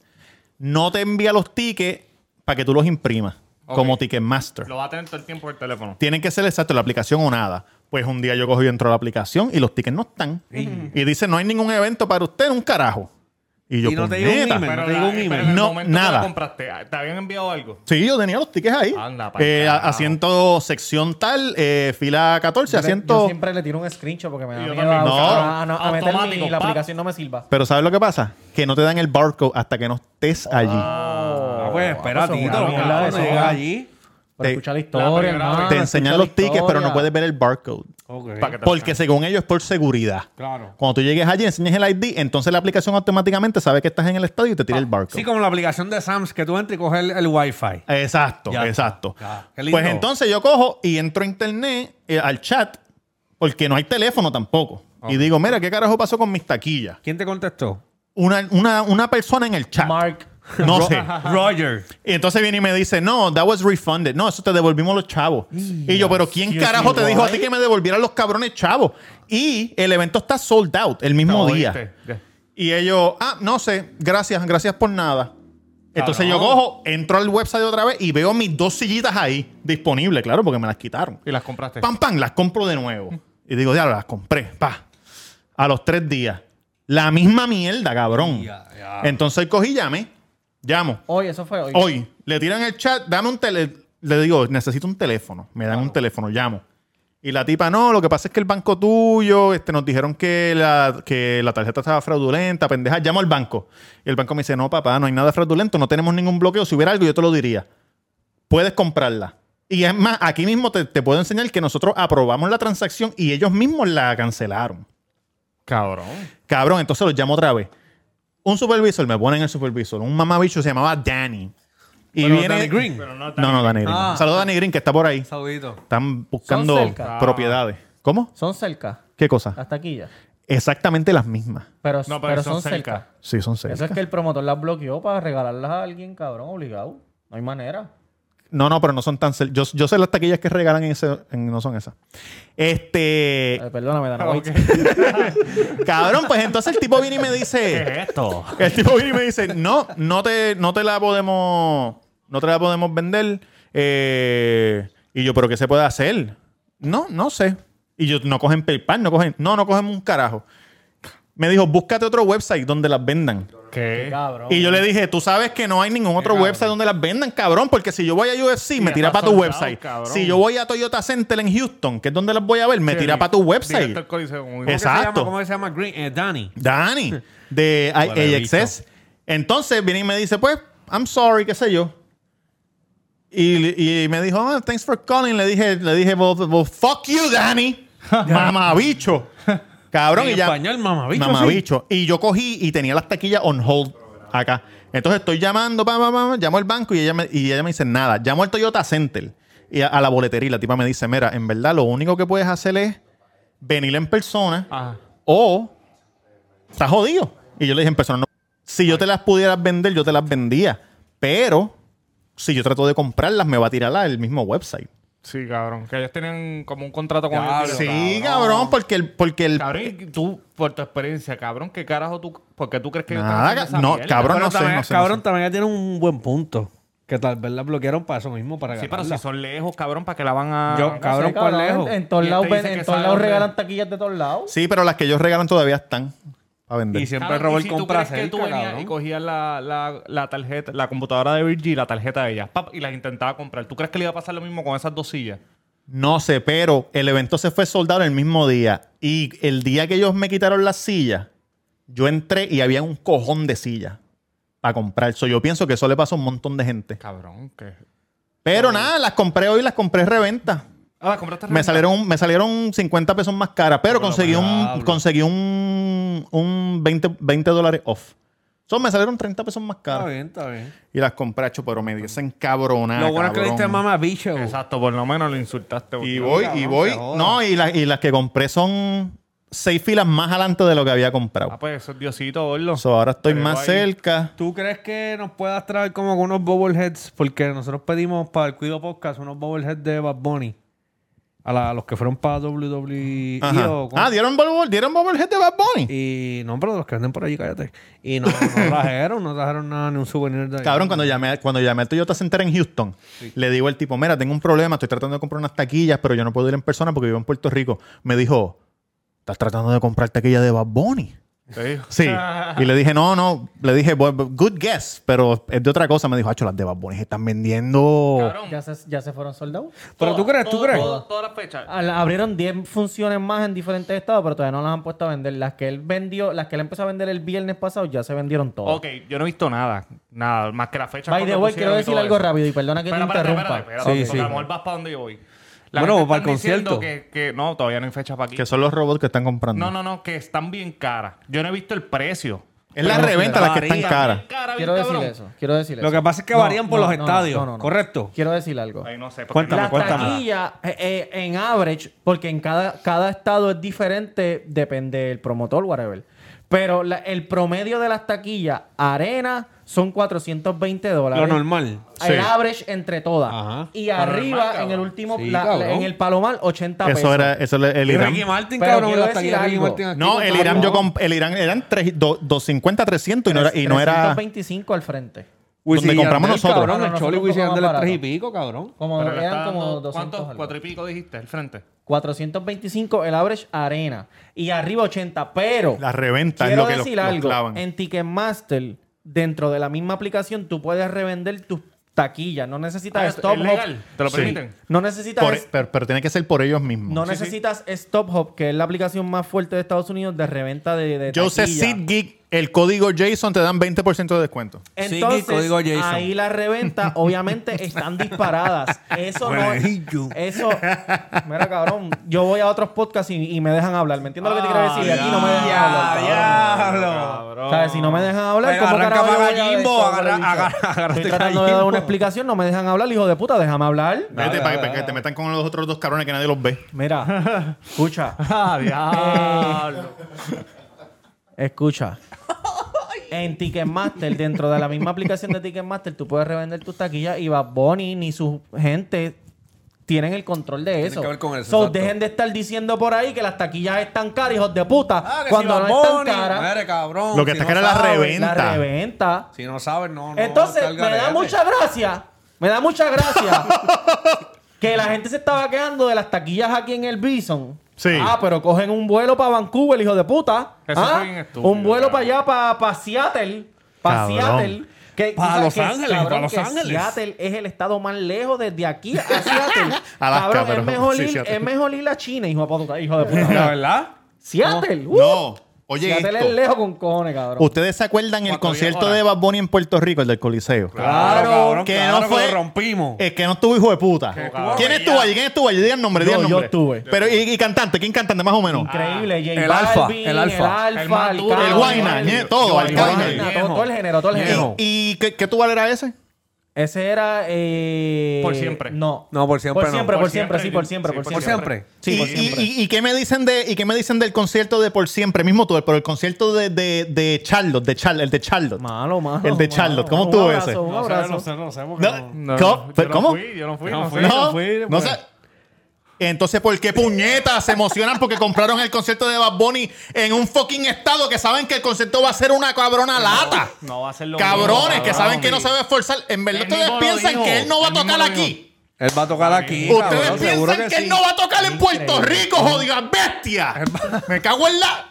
no te envía los tickets para que tú los imprimas como Ticketmaster.
Lo va a tener todo el tiempo el teléfono.
Tienen que ser exacto la aplicación o nada. Pues un día yo cogí y entro a la aplicación y los tickets no están. Y dice, no hay ningún evento para usted, un carajo. Y yo,
Y no te llegó un
"Puñeta".
email.
Pero
te digo un
la-
email.
pero en el
No,
momento que
nada.
la compraste, ¿te habían enviado algo?
Sí, yo tenía los tickets ahí.
Anda, pa'l
Eh, a-
carajo.
asiento sección tal, eh, fila 14,
Yo le- Yo
asiento...
siempre le tiro un screenshot porque me da
Yo
miedo
también.
a,
No.
a- a- a meter mi-
Automático,
la
pa.
aplicación no me sirva.
Pero ¿sabes lo que pasa? Que no te dan el barcode hasta que no estés allí.
Ah, pues espera,
eso es
Tito.
una
cabrón,
mierda de
no
eso.
llegas allí.
Te-
Para escuchar la historia,
primera
hermano,
vez.
te
escuchar
enseñan
la
los tickets, pero no
historia.
puedes ver el barcode.
Pa' que te lo
Porque según ellos es por seguridad.
Claro.
Cuando tú llegues allí, enseñas el ID, entonces la aplicación automáticamente sabe que estás en el estadio y te tira el barcode.
Ah, Sí, como la aplicación de Sams que tú entras y coges el, el Wi-Fi.
Exacto,
Ya está.
exacto.
Ya, qué lindo.
Pues entonces yo cojo y entro a internet, eh, al chat, porque no hay teléfono tampoco. Y digo, mira, ¿qué carajo pasó con mis taquillas?
¿Quién te contestó?
Una, una, una persona en el chat.
Mark.
No sé.
Roger.
Y entonces viene y me dice, no, that was refunded. No, eso te devolvimos los chavos. Y yo, pero ¿quién
Excuse
carajo
me,
te dijo a
why?
ti que me devolvieran los cabrones chavos? Y el evento está sold out el mismo día.
Oíste. Ya.
Y ellos, ah, no sé, gracias, gracias por nada. Entonces yo cojo, entro al website otra vez y veo mis dos sillitas ahí disponibles, claro, porque me las quitaron.
Y las compraste.
Pam, pam, las compro de nuevo. Y digo, ya las compré, pa. A los tres días. La misma mierda, cabrón. Entonces cogí, llamé. Llamo.
Hoy, eso fue hoy.
Hoy, le tiran el chat, dame un teléfono. Le digo, necesito un teléfono. Me dan un teléfono, llamo. Y la tipa, no, lo que pasa es que el banco tuyo, este, nos dijeron que la, que la tarjeta estaba fraudulenta, pendeja, llamo al banco. Y el banco me dice, no, papá, no hay nada fraudulento, no tenemos ningún bloqueo. Si hubiera algo, yo te lo diría. Puedes comprarla. Y es más, aquí mismo te, te puedo enseñar que nosotros aprobamos la transacción y ellos mismos la cancelaron.
Cabrón.
Cabrón, entonces los llamo otra vez. Un supervisor, me ponen el supervisor. Un mamabicho se llamaba Danny. Y
Pero
viene.
Danny Green.
Pero no,
No, no, Danny Green.
Ah.
Saludos a Danny Green, que está por ahí.
Saludito.
Están buscando
cerca. Ah.
propiedades. ¿Cómo?
Son cerca,
¿Qué cosa?
las taquillas.
Exactamente las mismas.
Pero,
No, pero
pero son,
son cerca.
cerca.
Sí, son seis.
Eso es que el promotor las bloqueó para regalarlas a alguien, cabrón, obligado. No hay manera.
No, no, pero no son tan cerca. Yo, yo sé las taquillas que regalan en ese, en- no son esas. Este.
Eh, perdóname, Dana White.
Cabrón, pues entonces el tipo viene y me dice.
Esto.
El tipo viene y me dice: No, no te, no te la podemos. No te la podemos vender. Eh, y yo, ¿pero qué se puede hacer? No, no sé. Y yo, no cogen PayPal, no cogen. No, no cogen un carajo. Me dijo, búscate otro website donde las vendan.
¿Qué?
Cabrón.
Y yo le dije, tú sabes que no hay ningún otro website donde las vendan, cabrón, porque si yo voy a UFC, me
Mira,
tira
está
para tu
soldado,
website.
cabrón.
Si yo voy a Toyota Center en Houston, que es donde las voy a ver, me tira para tu website.
Directo al Coliseo, como
Es-
¿Cómo
digo.
que se
Exacto.
llama? ¿Cómo que se llama? Green, eh, Danny.
Dani, de AXS. Entonces viene y me dice, pues, I'm sorry, qué sé yo. Y, y me dijo, "Ah, thanks for calling. Le dije, le dije, well, well, fuck you, Danny. Mamabicho. Cabrón,
En
y ya.
español, mamabicho,
Mamabicho. Y yo cogí y tenía las taquillas on hold acá. Entonces estoy llamando, pa, pa, pa, pa, llamo al banco y ella, me, y ella me dice nada. Llamo al Toyota Center y a, a la boletería. Y la tipa me dice, mira, en verdad lo único que puedes hacer es venir en persona o estás jodido. Y yo le dije en persona, no. Si yo te las pudieras vender, yo te las vendía. Pero si yo trato de comprarlas, me va a tirar el mismo website.
Sí, cabrón. Que ellos tienen como un contrato con
Diablo,
ellos.
Sí, cabrón, porque el, porque el
Cabrón, y tú, por tu experiencia, cabrón, ¿qué carajo tú? Porque tú crees que
Nada,
están haciendo esa
no,
mierda?
cabrón,
Pero
no sé,
también,
no sé, no
cabrón,
sé.
también ella tiene un buen punto. Que tal vez la bloquearon para eso mismo, para
Sí, pero
ganarla.
si son lejos, cabrón, ¿para que la van a...?
Yo, cabrón,
cabrón.
¿cuál lejos?
En, en todos
Y
lados
este dice
ven- en
que
todos
sabe
lados
dónde-
regalan taquillas de todos lados.
Sí, pero las que ellos regalan todavía están para vender.
Y siempre robó
y
el
si tú
compra
crees que tú
cerca,
venías
cabrón.
y cogías la, la, la tarjeta, la computadora de Virgil, la tarjeta de ella, pap, y las intentaba comprar. ¿Tú crees que le iba a pasar lo mismo con esas dos sillas?
No sé, pero el evento se fue soldado el mismo día. Y el día que ellos me quitaron las sillas, yo entré y había un cojón de sillas para comprar. So, yo pienso que eso le pasó a un montón de gente.
Cabrón, que...
Pero nada, las compré hoy, las compré reventa.
Ah, ¿la compraste
Me salieron, me salieron 50 pesos más caras, pero conseguí un,
diablo.
conseguí un, un 20, 20 dólares off. Son, me salieron 30 pesos más
Está
caras.
bien, está bien.
Y las compré, hecho, pero me dicen cabrona.
Lo bueno es que le diste a mamá bicho.
Ah, Exacto, por lo menos lo insultaste.
Y
porque-
voy, y voy. No, y, las- y las que compré son seis filas más adelante de lo que había comprado.
Ah, pues eso es Diosito, boludo.
So, ahora estoy
Pero
más
ahí-
cerca.
¿Tú crees que nos puedas traer como que unos bobbleheads? Porque nosotros pedimos para el Cuido Podcast unos bobbleheads de Bad Bunny. A, la- a los que fueron para WWE.
Ajá.
o con-
Ah, dieron bobblehead, dieron bobblehead de Bad Bunny.
y no, pero los que anden por allí, cállate. Y no, no trajeron, no trajeron nada, ni un souvenir de ahí.
Cabrón, cuando llamé, al- cuando llamé al Toyota Center en Houston, le digo al tipo, mira, tengo un problema, estoy tratando de comprar unas taquillas, pero yo no puedo ir en persona porque vivo en Puerto Rico. Me dijo, ¿estás tratando de comprar taquillas de Bad Bunny?
Te digo.
Sí. Y le dije, no, no. Le dije, "Bu- bu- good guess, pero es de otra cosa. Me dijo, hacho, las de Bad Bunny se están vendiendo...
Cabrón.
Ya se, ya se fueron soldados.
Pero tú crees, tú
Todo-
crees.
todo- Todas las fechas.
Ah. Abrieron 10 funciones más en diferentes estados, pero todavía no las han puesto a vender. Las que él vendió, las que él empezó a vender el viernes pasado, ya se vendieron todas.
Ok, yo no he visto nada. Nada, más que la fecha.
By the way, quiero decir algo rápido y perdona que te interrumpa.
Sí,
sí,
sí.
A lo mejor vas para donde yo voy.
Bueno,
gente
para el
están diciendo
concierto.
Que, que- no, todavía no hay fecha para aquí.
Que son los robots que están comprando.
No, no, no, que están bien caras. Yo no he visto el precio.
Es la reventa las que están
María,
caras.
bien cara, bien
Quiero decir
cabrón.
eso. Quiero decir eso.
Lo que pasa es que varían por los estadios, ¿correcto?
Quiero decir algo.
Ay, no sé. porque
Cuéntame,
no-
La
cuéntame.
taquilla eh, eh, en average, porque en cada, cada estado es diferente, depende del promotor, whatever. Pero la- el promedio de las taquillas arena son 420 dólares.
Lo normal.
El
Sí.
average entre todas.
Ajá.
Y
normal,
arriba,
cabrón.
en el último,
Sí,
la- la-
cabrón.
en el palomar, 80 pesos.
Eso era eso era el
Y Ricky
Irán.
Martin,
Pero
cabrón,
quiero
las taquillas de
decir
Ricky
algo.
Martin aquí
No, el
contaron.
Irán yo comp- el Irán eran tres- do- 250 300 y no era y no era
325 al frente.
Wisin
donde
y
compramos
Yandel,
nosotros.
Cabrón,
No, no,
el Choli
nosotros
Wisin y
compramos
Yandel es
barato.
tres y pico, cabrón.
Como
Pero le está
eran como
dando-
200
¿Cuántos?
algo.
Cuatro y pico dijiste, el frente.
425 el average arena y arriba 80, pero
La reventa es
quiero
lo que los-
decir
los
algo,
clavan.
en Ticketmaster dentro de la misma aplicación tú puedes revender tus taquilla. No necesitas
Ah, es-
stop
es
hop.
legal, te lo
Sí.
permiten.
No necesitas
Por- e,
es-
pero, pero tiene que ser por ellos mismos.
no necesitas Stop Hop, que es la aplicación más fuerte de Estados Unidos de reventa de, de
Yo sé
taquilla.
Sid Geek, el código Jason te dan 20% de descuento.
Entonces,
Sí, código Jason.
ahí las reventas obviamente están disparadas. Eso no es.
Buenillo.
Eso. Mira, cabrón. Yo voy a otros podcasts y, y me dejan hablar. ¿Me entiendes lo que te quiero decir? Y aquí no me dejan hablar.
Ah, diablo.
cabrón. ¿Sabes? Si no me dejan hablar,
Venga,
¿cómo
arranca
carajo yo
para
voy a
Gallimbo,
eso,
agarra-
bicho?
agarra- agárrate
Estoy tratando de dar
Gallimbo.
una explicación, no me dejan hablar, hijo de puta, déjame hablar.
Vete para que te metan con los otros dos cabrones que nadie los ve.
Mira, escucha.
Ah,
Ah,
diablo.
Escucha. En Ticketmaster, dentro de la misma aplicación de Ticketmaster, tú puedes revender tus taquillas y Bad Bunny ni su gente tienen el control de eso.
que ver con eso,
So,
exacto.
dejen de estar diciendo por ahí que las taquillas están caras, hijos de puta,
Ah, que
cuando
si
no
Bad
están
Bunny.
caras.
Madre, cabrón.
Lo que
si
está
no
cara es la
sabes,
reventa.
La reventa.
Si no sabes, no. no
Entonces,
está el
me da
garete.
mucha gracia. Me da mucha gracia. que la gente se estaba quejando de las taquillas aquí en el Bison.
Sí.
Ah, pero cogen un vuelo para Vancouver, hijo de puta.
Eso
Ah,
fue bien estúpido,
Un vuelo para
cabrón.
allá, para Seattle. Para
Cabrón.
Seattle. Que,
Pa'
o sea,
Los
que,
Ángeles,
cabrón,
pa' Los
que
Ángeles.
Seattle es el estado más lejos desde aquí a Seattle.
Alaska,
cabrón,
pero
es, mejor
sí,
ir,
Seattle.
es mejor ir a China, hijo de puta. Hijo de
La
puta.
verdad.
Seattle. uh,
No. Oye,
Seattle
esto.
es lejos con cojones, cabrón.
¿Ustedes se acuerdan el
Cuatro, diez
concierto
horas.
de Bad Bunny en Puerto Rico, el del Coliseo?
Claro, cabrón.
que
claro
no
que
fue- eh,
lo rompimos.
Es que no estuvo hijo de puta.
estuvo
¿Quién estuvo allí? ¿Quién estuvo allí? Diga el nombre,
Yo-
diga el
yo
nombre.
estuve.
Pero, ¿y, y cantante? ¿Quién cantante más o menos?
Ah,
Increíble, J
El
Balvin,
Alfa, el Alfa.
el
El más duro,
Alfa,
el Guayna, ñe, todo,
el
el
Guayna,
Guayna.
todo, todo el género, todo el género.
Ñejo.
¿Y qué, qué tubar era ese?
Ese era. eh,
Por siempre.
No.
No, por siempre
Por
no.
siempre, por,
Por
siempre,
siempre,
sí,
sí,
por siempre, por
por
Por
siempre.
siempre.
Sí,
y,
por
y-
siempre.
y- y qué me dicen de, ¿Y qué me dicen del concierto de Por Siempre? Mismo tú, pero el concierto de, de, de Charlotte, de Charlotte, el de Charlotte.
Malo, malo.
El de
malo,
Charlotte, ¿cómo
malo.
estuvo
Un abrazo,
ese?
Un abrazo.
no sé. porque
No, ¿cómo?
yo no
¿Cómo?
fui, yo no fui,
No,
no fui,
no,
no fui,
no
pues.
sé. Entonces, ¿por qué puñetas se emocionan porque compraron el concierto de Bad Bunny en un fucking estado que saben que el concierto va a ser una cabrona lata?
No va a ser lo
Cabrones
mismo,
que
cabrón,
saben que no
mi-
se va a esforzar. En verdad,
Él
ustedes
mismo lo
piensan
dijo.
que él no va a
Él mismo
tocar
lo
aquí.
Él va a tocar aquí.
Ustedes
cabrón, seguro
piensan que, él
sí.
no va a tocar en Puerto Rico, jodidas bestias. Me cago en la.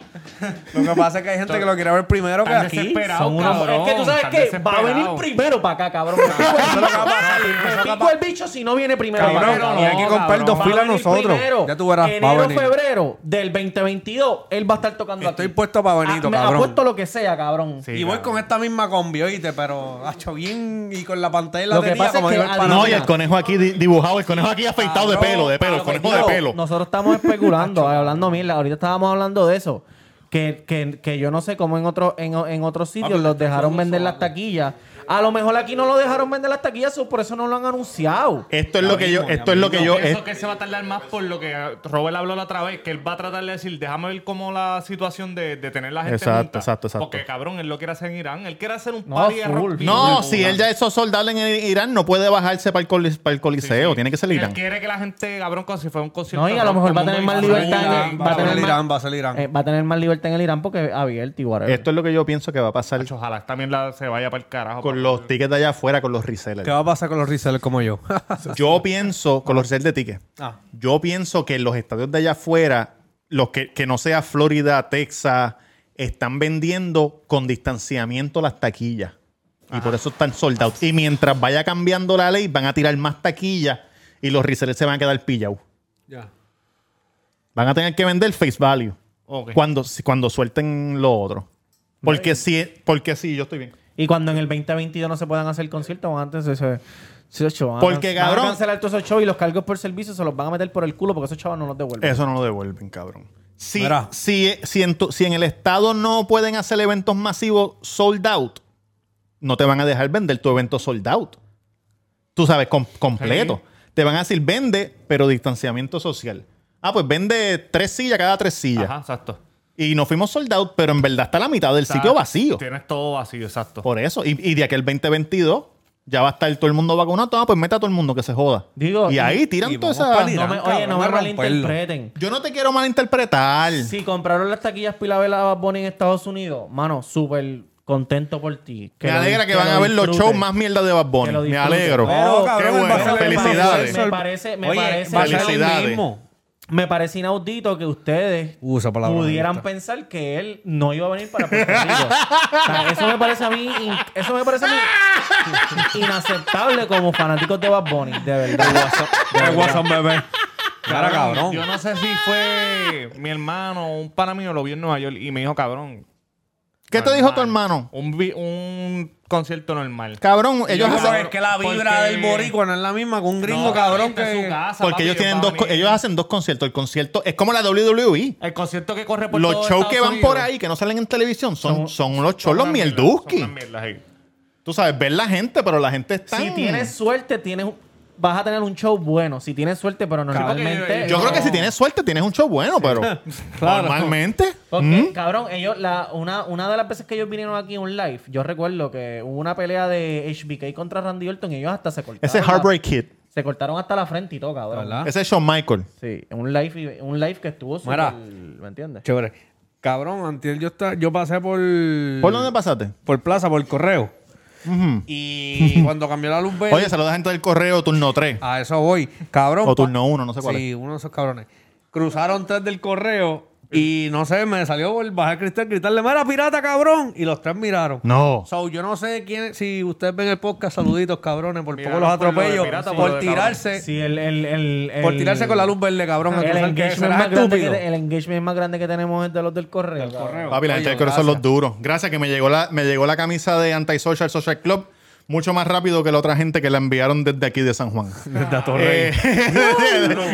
Lo que pasa es que hay gente que lo quiere ver primero que
Tan
aquí.
desesperado,
Son unos-
cabrón,
es que tú sabes
tan
que va a venir
desesperado.
primero para acá, cabrón. Me pico el bicho. Me pico el bicho si no viene primero
Cabrón,
para acá.
y hay que comprar
cabrón.
dos
Va a
filas
venir
nosotros.
primero.
Ya tú verás, va a
Enero,
venir.
febrero del 2022, él va a estar tocando
Estoy
aquí.
puesto pa' Benito,
Ah, me
cabrón.
Apuesto lo que sea, cabrón.
Sí,
y voy
cabrón.
con esta misma combi, oíste, pero hacho bien y con la pantalla en la
Lo que
tenía,
pasa es
como
que
dijo el
al-
pana.
No, y el
conejo aquí dibujado, el conejo aquí afeitado
de pelo, de
pelo,
Digo, Nosotros estamos especulando, hablando mierda. Ahorita estábamos hablando de eso. Que, que- que yo no sé cómo en otros en, en otros sitios los dejaron vender las taquillas. A lo mejor aquí no lo dejaron vender las taquillas, so- por eso no lo han anunciado.
Esto es lo que yo, esto es lo que
Yo
yo,
pienso que se va a tardar más por lo que Robert habló la otra vez, que él va a tratar de decir, déjame ver cómo la situación de, de tener la gente
Exacto,
junta".
exacto, exacto.
Porque, cabrón, él lo quiere hacer en Irán. Él quiere hacer un
No,
party
full,
rápido.
No,
Full.
si él ya es soldado en el Irán, no puede bajarse para el, colis- para el coliseo. Tiene que ser
Él
Irán.
quiere que la gente, cabrón, como si fuera un concierto.
No, y a lo
rock,
mejor va a
todo el
tener
mundo
más
disfruta.
libertad.
Irán,
en-
va a
tener
ser
más-
Irán, va a ser Irán.
Eh, va a tener más libertad en el Irán porque es abierto y whatever.
Esto es lo que yo pienso que va a pasar
Ojalá también la, se vaya para el carajo.
con los tickets de allá afuera, con los resellers.
¿Qué va a pasar con los resellers como yo?
Yo pienso, con los resellers de tickets,
Ah.
yo pienso que los estadios de allá afuera, los que, que no sea Florida, Texas, están vendiendo con distanciamiento las taquillas. Y por eso están soldados. Y mientras vaya cambiando la ley, van a tirar más taquillas y los resellers se van a quedar pillados.
Ya.
Van a tener que vender face value.
Ok.
Cuando, si- cuando suelten lo otro. Porque si, porque si, yo estoy bien.
Y cuando en el 2022 no se puedan hacer conciertos, van antes se, se, se- van a-
Porque,
van a
cabrón-
cancelar todos esos shows y los cargos por servicio se los van a meter por el culo porque esos chavos no los devuelven.
Eso no lo devuelven, cabrón. Si,
Mira.
si, si, en tu- si en el estado no pueden hacer eventos masivos sold out, no te van a dejar vender tu evento sold out. Tú sabes, com- completo. Te van a decir vende, pero distanciamiento social. Ah, pues vende tres sillas cada tres sillas.
Ajá, exacto.
Y nos fuimos sold out, pero en verdad está la mitad del sitio vacío.
Tienes todo vacío, exacto.
Por eso. Y, y de aquel 2022 ya va a estar todo el mundo vacunado. Ah, pues meta a todo el mundo que se joda.
Digo,
y,
y-
ahí tiran
y
toda
vamos
esa.
pa'l
No
Irán,
me, oye, no
cabrón,
me
a romperlo.
malinterpreten.
Yo no te quiero malinterpretar.
Si compraron las taquillas Pilabela Bad Bunny en Estados Unidos, mano, súper contento por ti.
Me
lo-
alegra que van
lo
a ver los
disfrutes.
shows más mierda de Bad
Que lo
Bunny. Me
disfruten.
alegro.
Pero,
Qué
cabrón,
bueno.
va a ser el-
Felicidades.
Me parece- me
Oye,
parece-
va a ser el
Felicidades.
mismo.
me parece inaudito que ustedes
Uh, esa palabra me
pudieran
gusta.
pensar que él no iba a venir para Puerto Rico. O sea, eso me parece a mí, in- eso me parece a mí inaceptable como fanáticos de Bad Bunny, de verdad. De
Ay,
verdad.
WhatsApp, bebé. Cara,
Cabrón,
cabrón.
Yo no sé si fue mi hermano o un pana mío lo vio en Nueva York y me dijo, cabrón,
¿Qué te dijo tu hermano?
un, vi- un concierto normal.
Cabrón, ellos
Pero
hacen,
es que la vibra
porque-
del boricua no es la misma que un gringo
No,
cabrón
está en su
que...
casa,
porque
papi,
ellos tienen
va a
dos, co-
venir.
ellos hacen dos conciertos. El concierto es como la WWE.
El concierto que corre por todo
Los shows
Estados
que van
Unidos
por ahí que no salen en televisión son, son los shows
son
los
unas mierdas,
mierduski.
son unas mierdas ahí.
Tú sabes, ver la gente, pero la gente está.
Si tienes suerte, tienes un- vas a tener un show bueno. Si tienes suerte, pero normalmente...
Yo creo que si tienes suerte, tienes un show bueno, pero normalmente.
Porque,
¿Mm?
cabrón, ellos, la, una, una de las veces que ellos vinieron aquí en un live, yo recuerdo que hubo una pelea de HBK contra Randy Orton y ellos hasta se cortaron.
Ese
la-
Heartbreak Kid,
se cortaron hasta la frente y todo, cabrón.
¿Verdad?
ese Shawn Michael.
Sí, un live, y- un live que estuvo súper...
Mira.
¿Me entiendes?
Chévere. Cabrón, antes yo, está, yo pasé por...
¿Por dónde pasaste?
Por plaza, por correo.
Ujú.
Y cuando cambió la luz verde...
Oye, saluda a gente del correo, turno 3.
A eso voy. Cabrón.
O turno uno, no sé cuál
Ah, Sí, uno de esos cabrones. Cruzaron tres del correo y no sé, me salió el bajar el cristal, gritarle, mira, pirata, cabrón. Y los tres miraron.
No.
So, yo no sé quién, si ustedes ven el podcast, saluditos, cabrones, por poco
Miraron
los
por lo de
atropello,
pirata,
por,
por lo de
tirarse,
Sí, el, el, el, el-
por tirarse con la luz verde, cabrón. a
El
cruzar, que
engagement,
será
más grande
estúpido.
que, el engagement más grande que tenemos es de los del correo. cabrón.
Papi, la gente del correo son los duros. Gracias que me llegó la, me llegó la camisa de Antisocial Social Club mucho más rápido que la otra gente que la enviaron desde aquí de San Juan. Eh,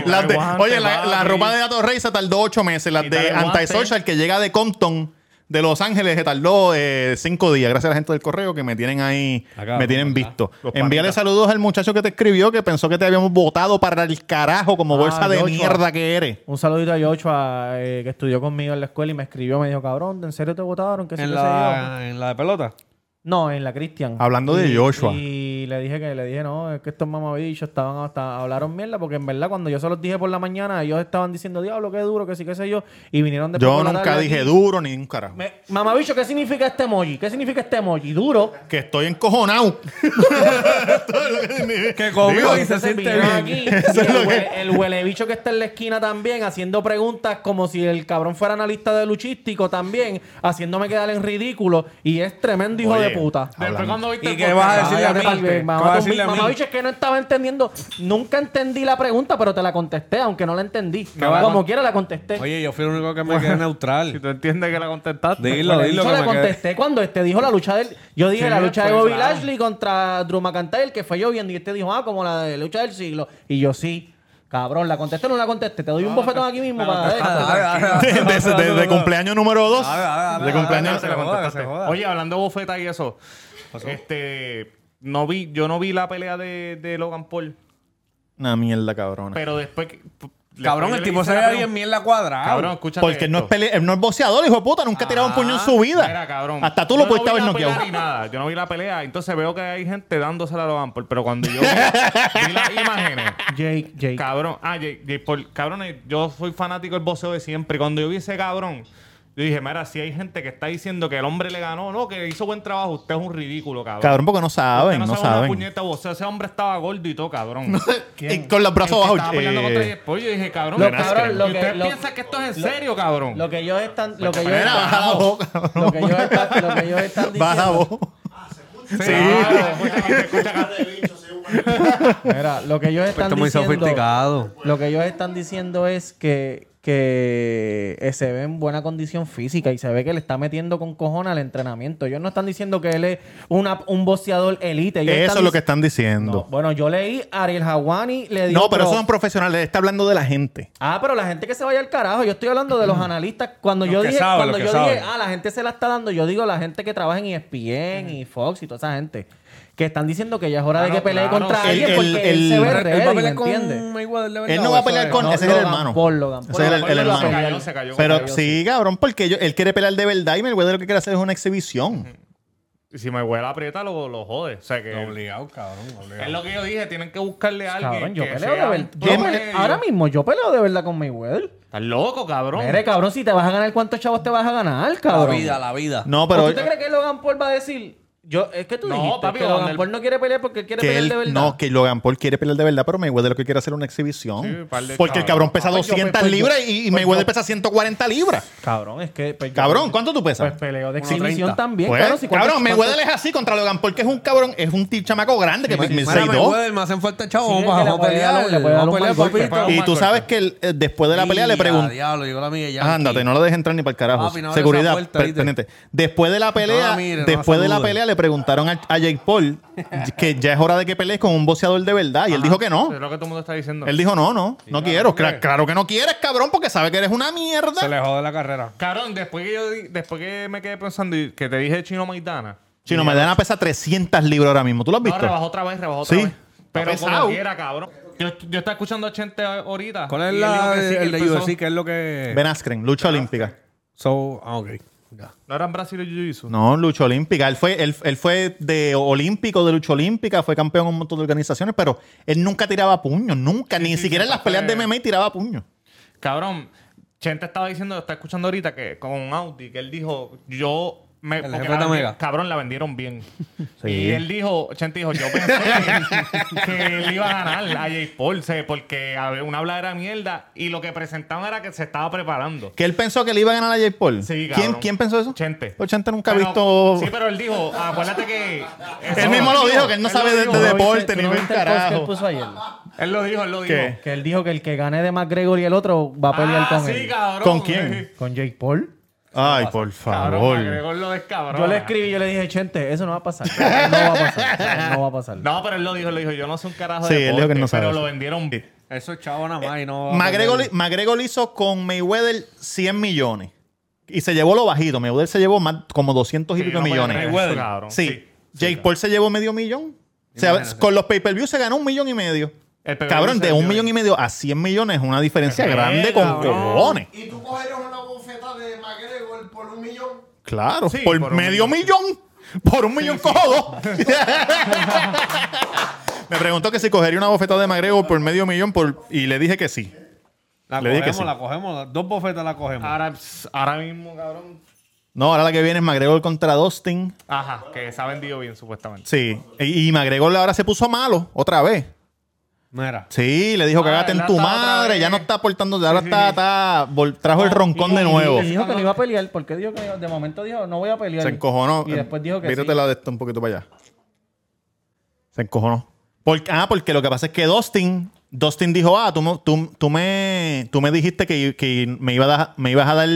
las de-
Aguante,
oye, la, la
papi.
ropa de Dato Rey se tardó ocho meses. Las
Quítale
de
el guante.
Antisocial que llega de Compton de Los Ángeles se tardó eh, cinco días. Gracias a la gente del correo que me tienen ahí,
Acá,
me tienen
¿verdad?
visto.
Los
Envíale
panitas.
saludos al muchacho que te escribió que pensó que te habíamos votado para el carajo como
Ah,
bolsa de
Yochoa.
mierda que eres.
Un saludito a Yochoa, eh, que estudió conmigo en la escuela y me escribió, me dijo, cabrón, ¿en serio te votaron? ¿Qué sé,
en,
qué sé yo?
la, en la de pelota.
ah". No, en la Christian.
Hablando de
Y-
Joshua.
Y le dije que le dije, no, es que estos mamabichos estaban hasta hablaron mierda, porque en verdad cuando yo se los dije por la mañana, ellos estaban diciendo, diablo, qué duro, que sí, qué sé yo, y vinieron después.
Yo
por la
nunca
tarde
dije
aquí.
duro ni un carajo.
Me- Mamabicho, ¿qué significa este emoji? ¿Qué significa este emoji? Duro.
Que estoy encojonado.
Que comió y se
Entonces
siente
vino
bien.
aquí, y el, hue- el huele bicho que está en la esquina también, haciendo preguntas como si el cabrón fuera analista de luchístico también, haciéndome quedar en ridículo. Y es tremendo hijo
Oye,
de puta.
Después cuando viste
¿Y
el
qué
podcast,
vas a decirle a
Cállate,
mí?
Miguel,
¿Qué
mamá,
vas a
tú-
decirle a
mamá,
mí?
bicho, es que no estaba entendiendo. Nunca entendí la pregunta, pero te la contesté, aunque no la entendí.
va a
Como
con-
quiera la contesté.
Oye, yo fui el único que me quedé
Si
neutral.
tú entiendes que la contestaste.
Dilo,
Yo
dilo que
la
me quedé.
contesté cuando este dijo la lucha del. Yo dije
Sí,
la lucha de
pues,
Bobby
claro.
Lashley contra Drew McIntyre, que fue lloviendo. Y este dijo, ah, como la de lucha del siglo. Y yo sí. Cabrón, ¿la contesté o no la contesté? Te doy un bofetón aquí mismo
Ah,
para.
Desde cumpleaños número 2.
Dale, dale,
Ah,
dale,
De
dale,
cumpleaños.
dale, dale. joda, que se joda.
Oye, hablando de bofeta y eso, este, no vi, yo no vi la pelea de, de Logan Paul,
Una mierda, cabrón.
pero después... que- después
Cabrón,
yo
el
le
tipo
hice
se
la
veía bien
pregunta-
mierda cuadrada.
Cabrón, escúchame
Porque él no, es
esto. Ah,
pele- él no es boxeador, hijo de puta. Nunca ha tirado un puño en su vida.
Mira, cabrón.
Hasta tú lo
Yo
pudiste
no vi
haber
la pelea
noqueado.
ni nada. Yo no vi la pelea, entonces veo que hay gente dándosela a Logan Paul, pero cuando yo vi las imágenes...
Jake, Jake.
Cabrón, ah, Jay, Jay Paul, cabrón, eh, yo soy fanático del boxeo de siempre. Cuando yo vi ese cabrón, yo dije, mira, si hay gente que está diciendo que el hombre le ganó, no, que hizo buen trabajo, usted es un ridículo, cabrón.
Cabrón, porque no
Usted
saben, Ah, no,
sabe Una
saben.
puñeta de boxeo. Ese hombre estaba gordo y todo, cabrón.
Y con los brazos
El que
bajos.
Estaba peleando
eh,
contra Jay Paul. Yo dije, cabrón,
Lo
¿y
cabrón, lo que-
¿ustedes
lo-
piensan que esto es en serio, cabrón?
Lo que ellos están. Lo que ellos
Mira,
están-
baja la boca, cabrón.
Lo que ellos están- lo que ellos están
Baja
diciendo.
vos.
Claro, escucha, escucha, cabrón.
Mira, lo que ellos están
Está muy
diciendo.
sofisticado.
Lo que ellos están diciendo es que, que eh, se ve en buena condición física y se ve que le está metiendo con cojón al entrenamiento. Ellos no están diciendo que él es una, un boxeador elite. Ellos
Eso es lo que
dic-
están
No,
diciendo.
Bueno, yo leí Ariel Hawani le dijo.
No, pero esos son profesionales. Él está hablando de la gente.
Ah, pero la gente que se vaya al carajo. Yo estoy hablando
Mm.
de los analistas. Cuando
Los
yo
que
dije,
saben,
cuando
los
yo
que
dije,
saben.
ah, la gente se la está dando. Yo digo la gente que trabaja en E ESPN y Fox y toda esa gente que están diciendo que ya es hora
Ah,
de que
Claro,
pelee
claro,
contra
sí.
alguien
El-
porque
el-
él se ve
el-
ready,
Él va a
¿me
pelear
entiendes?
con Mayweather, de verdad,
Él no
o
va a
eso
pelear
es-
con.
No,
ese es el
Logan
hermano.
Paul, Logan Paul.
Ese es el-
Logan
el
Paul se
hermano.
cayó, se cayó, se
Pero
cayó,
sí, cabrón, porque ellos- él quiere pelear de verdad y Mayweather lo que quiere hacer es una exhibición.
Si me huele aprieta, lo, lo jode. O sea que.
Obligado, cabrón, obligado.
Es lo que yo dije, tienen que buscarle a alguien.
Cabrón, yo
que
peleo
sea
de verdad.
un
Yo
promedio.
peleo- Ahora mismo, yo peleo de verdad con Mayweather.
Estás loco, cabrón.
Mire, cabrón, si te vas a ganar, ¿cuántos chavos te vas a ganar, cabrón?
La vida, la vida.
No,
¿O
pero.
¿Tú te crees que Logan Paul va a decir, Yo, es que tú
No,
dijiste
papi,
que Logan
Donald-
Paul no quiere pelear porque él quiere
Que
pelear de
él,
verdad.
no, que Logan Paul quiere pelear de verdad, pero Mayweather lo que quiere es hacer una exhibición.
Sí, un par de
porque el cabrón pesa
Ah, pues yo-
200
pues yo-
libras y, y
pues
Mayweather
yo-
pesa 140 libras.
Cabrón, es que... pues, yo-
Cabrón, ¿cuánto tú pesas?
Pues peleo de
1.30.
exhibición también.
Pues,
claro, si cuánto-
cabrón,
cuánto-
Mayweather es así contra Logan Paul, que es un cabrón, es un tío chamaco grande que pues, mide
Mira, me
6'2".
puede, me hacen falta chavos.
Sí,
vamos
que le
vamos a
puede dar-
pelear.
le puede dar
Vamos a
un
pelear,
mal golpe,
papito.
pero-
Y tú sabes que el- eh, después de la pelea le
Ya,
preguntan.
Diablo, llegó la mía ya.
Ah, Ándate, no lo dejes entrar ni para el carajo.
Papi, no abre
Seguridad,
esa puerta,
per-
¿viste?
pendiente. Después de la pelea,
la mire, no la
después de la
salude.
pelea le preguntaron a, a Jake Paul que ya es hora de que pelees con un boxeador de verdad y él dijo que
Es
no.
lo que todo el mundo está diciendo.
Él dijo, "No, no, no quiero." Cla- Claro que no quieres, cabrón, porque sabe que eres una
Se
mierda.
le jode la carrera.
Cabrón, después que yo di- después que me quedé pensando y que te dije Chino Maidana.
Chino Maidana pesa 300 libras ahora mismo. ¿Tú lo has
No,
visto?
rebajó otra vez, rebajó
Sí.
otra vez. Pero
Está
como
pesado.
quiera, cabrón. Yo, yo estaba escuchando a Chente ahorita.
¿Cuál es
y él dijo
la,
que sí, que
el
él
de
pensó-
UFC? ¿Qué es lo que...?
Ben Askren, lucha olímpica.
So, ah, ok. Ya.
¿No eran Brasil y Jiu-Jitsu?
No, lucha olímpica. Él fue, él, él fue de olímpico, de lucha olímpica, fue campeón en un montón de organizaciones, pero él nunca tiraba puños, nunca, ni
sí,
siquiera en las
siempre
peleas de
fue-
MMA tiraba puños.
Cabrón, Chente estaba diciendo, está escuchando ahorita que con Audi, que él dijo, yo me
El
porque
jefe
la
de
vendi-
Omega.
cabrón, la vendieron bien. Y él dijo, Chente dijo, yo pensé que, que él iba a ganar a Jay Paul, se- eh, porque había una habladera de mierda y lo que presentaban era que se estaba preparando.
Que él pensó que le iba a ganar a Jay Paul.
Sí, cabrón.
¿Quién, ¿Quién pensó eso?
Chente.
Pues Chente nunca ha
Pero-
visto.
Sí, pero él dijo, acuérdate que.
Él mismo lo dijo, que él no sabe de-
lo
de-
dijo.
¿Tú no
deporte,
viste-
ni
tú no
ven
viste el post que él
carajo.
puso ayer?
Él lo dijo, él lo dijo.
¿Qué?
Que él dijo que el que gane de McGregor y el otro va a pelear
Ah,
con
sí,
él.
cabrón.
¿Con quién?
Con Jake Paul.
Ay, por
Cabrón,
favor.
McGregor lo es cabrón.
Yo le escribí, yo le dije, Chente, eso no va a pasar. No va a pasar. No va a pasar.
No, pero él lo dijo, él lo dijo. Yo no soy un carajo
Sí,
de
él dijo que
deporte,
no sabe
Pero
eso.
lo vendieron bien.
Eso es chavo nada más y no...
McGregor, McGregor hizo con Mayweather 100 millones. Y se llevó lo bajito. Mayweather se llevó más, como 200 y
Sí,
pico
no puede
millones.
creer eso, cabrón.
Sí.
Sí,
Jake Paul se llevó medio millón. O sea, con los pay-per-views se ganó un millón y medio.
El pay-per-view
Cabrón,
se
de un
dio
millón
ahí.
y medio a 100 millones es una diferencia
Eh,
grande con
cabrón.
cojones.
Y tú cogerías una bofeta de McGregor por un millón.
Claro,
Sí,
por,
por un
medio millón. Por un millón cojo dos. Me preguntó que si cogería una bofetada de Magrego por medio millón por, y le dije que sí.
La
Le dije que
cogemos,
sí.
la cogemos. Dos bofetas la cogemos.
Ahora, ps, ahora mismo, cabrón.
No, ahora la que viene es McGregor contra Dustin.
Ajá, que se ha vendido bien, supuestamente.
Sí. Y, y McGregor ahora se puso malo otra vez.
Mira.
Sí, le dijo
Ah,
cagate en
la
tu
está otra
madre.
vez.
Ya no está portándose. Ahora
Sí, sí,
está,
sí.
está- vol- trajo el roncón
Y-
de
y-
nuevo.
Y dijo que no iba a pelear. porque dijo que no iba- De momento dijo, no voy a pelear.
Se encojonó.
Y después dijo que
Mírate
sí.
la de esto un poquito para allá. Se encojonó. Porque- ah, porque lo que pasa es que Dustin, Dustin dijo, ah, tú, mo- tú- tú me, tú me dijiste que, que me, iba a da- me ibas a dar,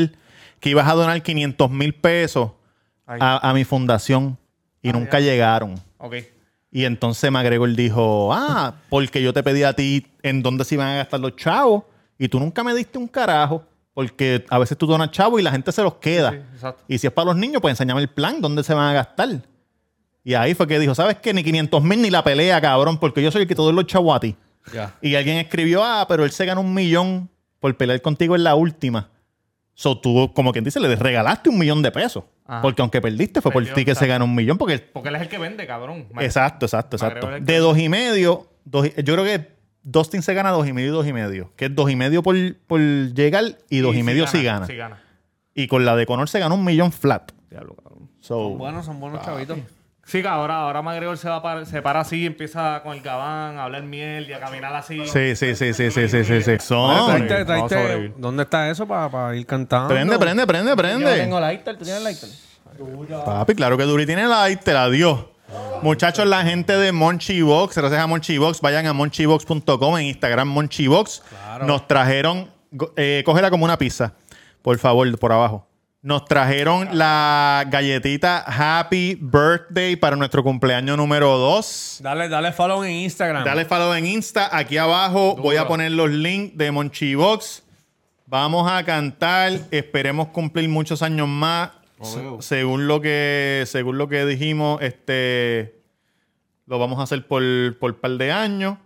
que ibas a donar 500 mil pesos a, a mi fundación y nunca llegaron.
Ok.
Y entonces McGregor dijo, ah, porque yo te pedí a ti en dónde se iban a gastar los chavos y tú nunca me diste un carajo. Porque a veces tú donas chavos y la gente se los queda.
exacto.
y si es para los niños, pues enséñame el plan, dónde se van a gastar. Y ahí fue que dijo, ¿sabes qué? Ni 500 mil ni la pelea, cabrón, porque yo soy el que te doy los chavos a ti.
Ya.
Y alguien escribió, ah, pero él se ganó un millón por pelear contigo en la última. So tú, como quien dice, le regalaste un millón de pesos.
Ajá.
Porque aunque perdiste, fue
Perdió,
por ti que se
exacto.
ganó un millón, porque
Porque él es el que vende, cabrón.
Exacto, exacto, exacto.
Magrebo es el
De
que-
dos y medio, dos y- yo creo que Dustin se gana dos y medio y dos y medio. Que es dos y medio por, por llegar y dos y, medio si gana.
Sí gana.
Y con la de Conor se ganó un millón flat.
Diablo, cabrón.
So,
Buenos son buenos chavitos.
Sí, que ahora, ahora McGregor se, va para- se para así, empieza con el gabán, a hablar miel y a caminar así.
sí, sí, sí, sí, sí, sí, sí, sí. Son.
Traíste-
vamos a
traíste-
sobrevivir.
¿Dónde está eso para ir cantando?
Prende, prende, prende,
Yo tengo
prende.
lighter. ¿Tú tienes lighter?
Papi, claro que Duri tiene la y te la dio. Muchachos, la gente de Monchi Box, gracias a Monchi Box, vayan a monchibox.com, en Instagram Monchi Box. Nos trajeron, go- eh, cógela como una pizza, por favor, por abajo. Nos trajeron la galletita Happy Birthday para nuestro cumpleaños número 2.
Dale, dale follow en Instagram.
Dale follow en Insta, aquí abajo voy a poner los links de Monchi Box. Vamos a cantar, esperemos cumplir muchos años más. Se- Según lo que según lo que dijimos, este lo vamos a hacer por por par de años.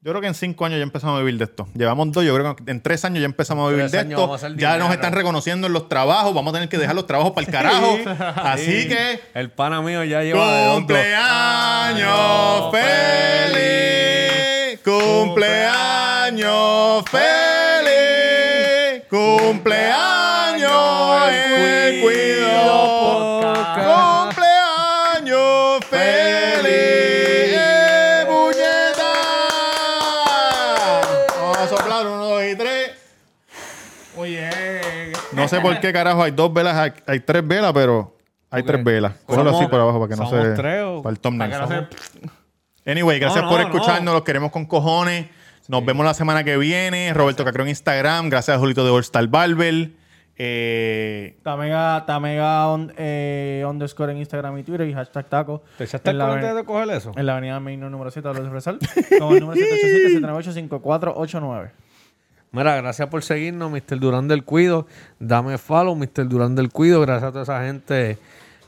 Yo creo que en cinco años ya empezamos a vivir de esto. Llevamos dos, yo creo que en tres años ya empezamos a vivir
Tres
de
años
esto.
vamos a hacer
Ya nos
dinero.
están reconociendo en los trabajos. Vamos a tener que dejar los trabajos para el carajo. Así que
El pana mío ya lleva de otro.
Cumpleaños feliz, cumpleaños feliz, cumpleaños el cuido,
Podcast.
cumpleaños no sé por qué carajo hay dos velas, hay, hay tres velas, pero hay tres velas. Cógelo así por abajo para que no
somos
se.
tres o-
Para el thumbnail.
Para que no
Anyway, gracias
No, no,
por
no.
escucharnos. Los queremos con cojones. Nos vemos la semana que viene. Roberto Cacrón en Instagram. Gracias a Julito de All Star Barber. Eh,
Tamega, Tamega on- eh, underscore en Instagram y Twitter y hashtag taco.
¿Te echaste
en
el
la,
antes
aven-
de coger eso?
en la avenida Meino número 7 de los Fresal. Con el número 787-738-5489.
Mira, gracias por seguirnos, Mr. Durán del Cuido. Dame follow, Mr. Durán del Cuido. Gracias a toda esa gente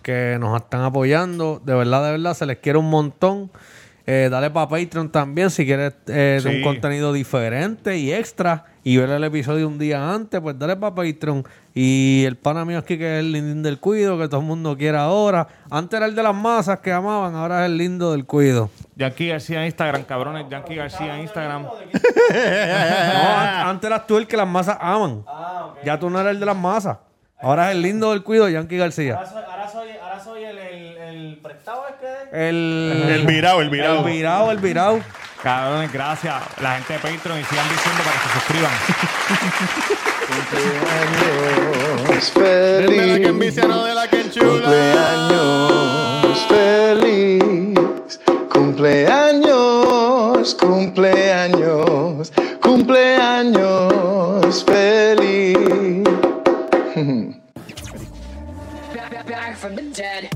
que nos están apoyando. De verdad, de verdad, se les quiere un montón. Eh, dale para Patreon también si quieres eh, de un
Sí.
contenido diferente y extra y ver el episodio un día antes, pues dale para Patreon. Y el pana mío aquí que es el lindín del cuido, que todo el mundo quiere ahora. Antes era el de las masas que amaban, ahora es el lindo del cuido.
Yankee García en Instagram, cabrones. Yankee García en Instagram.
No,
Ah.
an- antes eras tú el que las masas aman. Ya tú no eres el de las masas. Ahora es el lindo del cuido, Yankee García.
soy, ahora soy, ahora soy el, el, prestado este que
El,
el virado, el
virado.
virado.
El virado, el virado.
Cabrones, gracias. La gente de Patreon y sigan diciendo para que se suscriban.
Cumpleaños
El de la que
feliz.
envicia, no de la que enchula.
Cumpleaños feliz. Cumpleaños, cumpleaños, cumpleaños feliz.
back from the dead.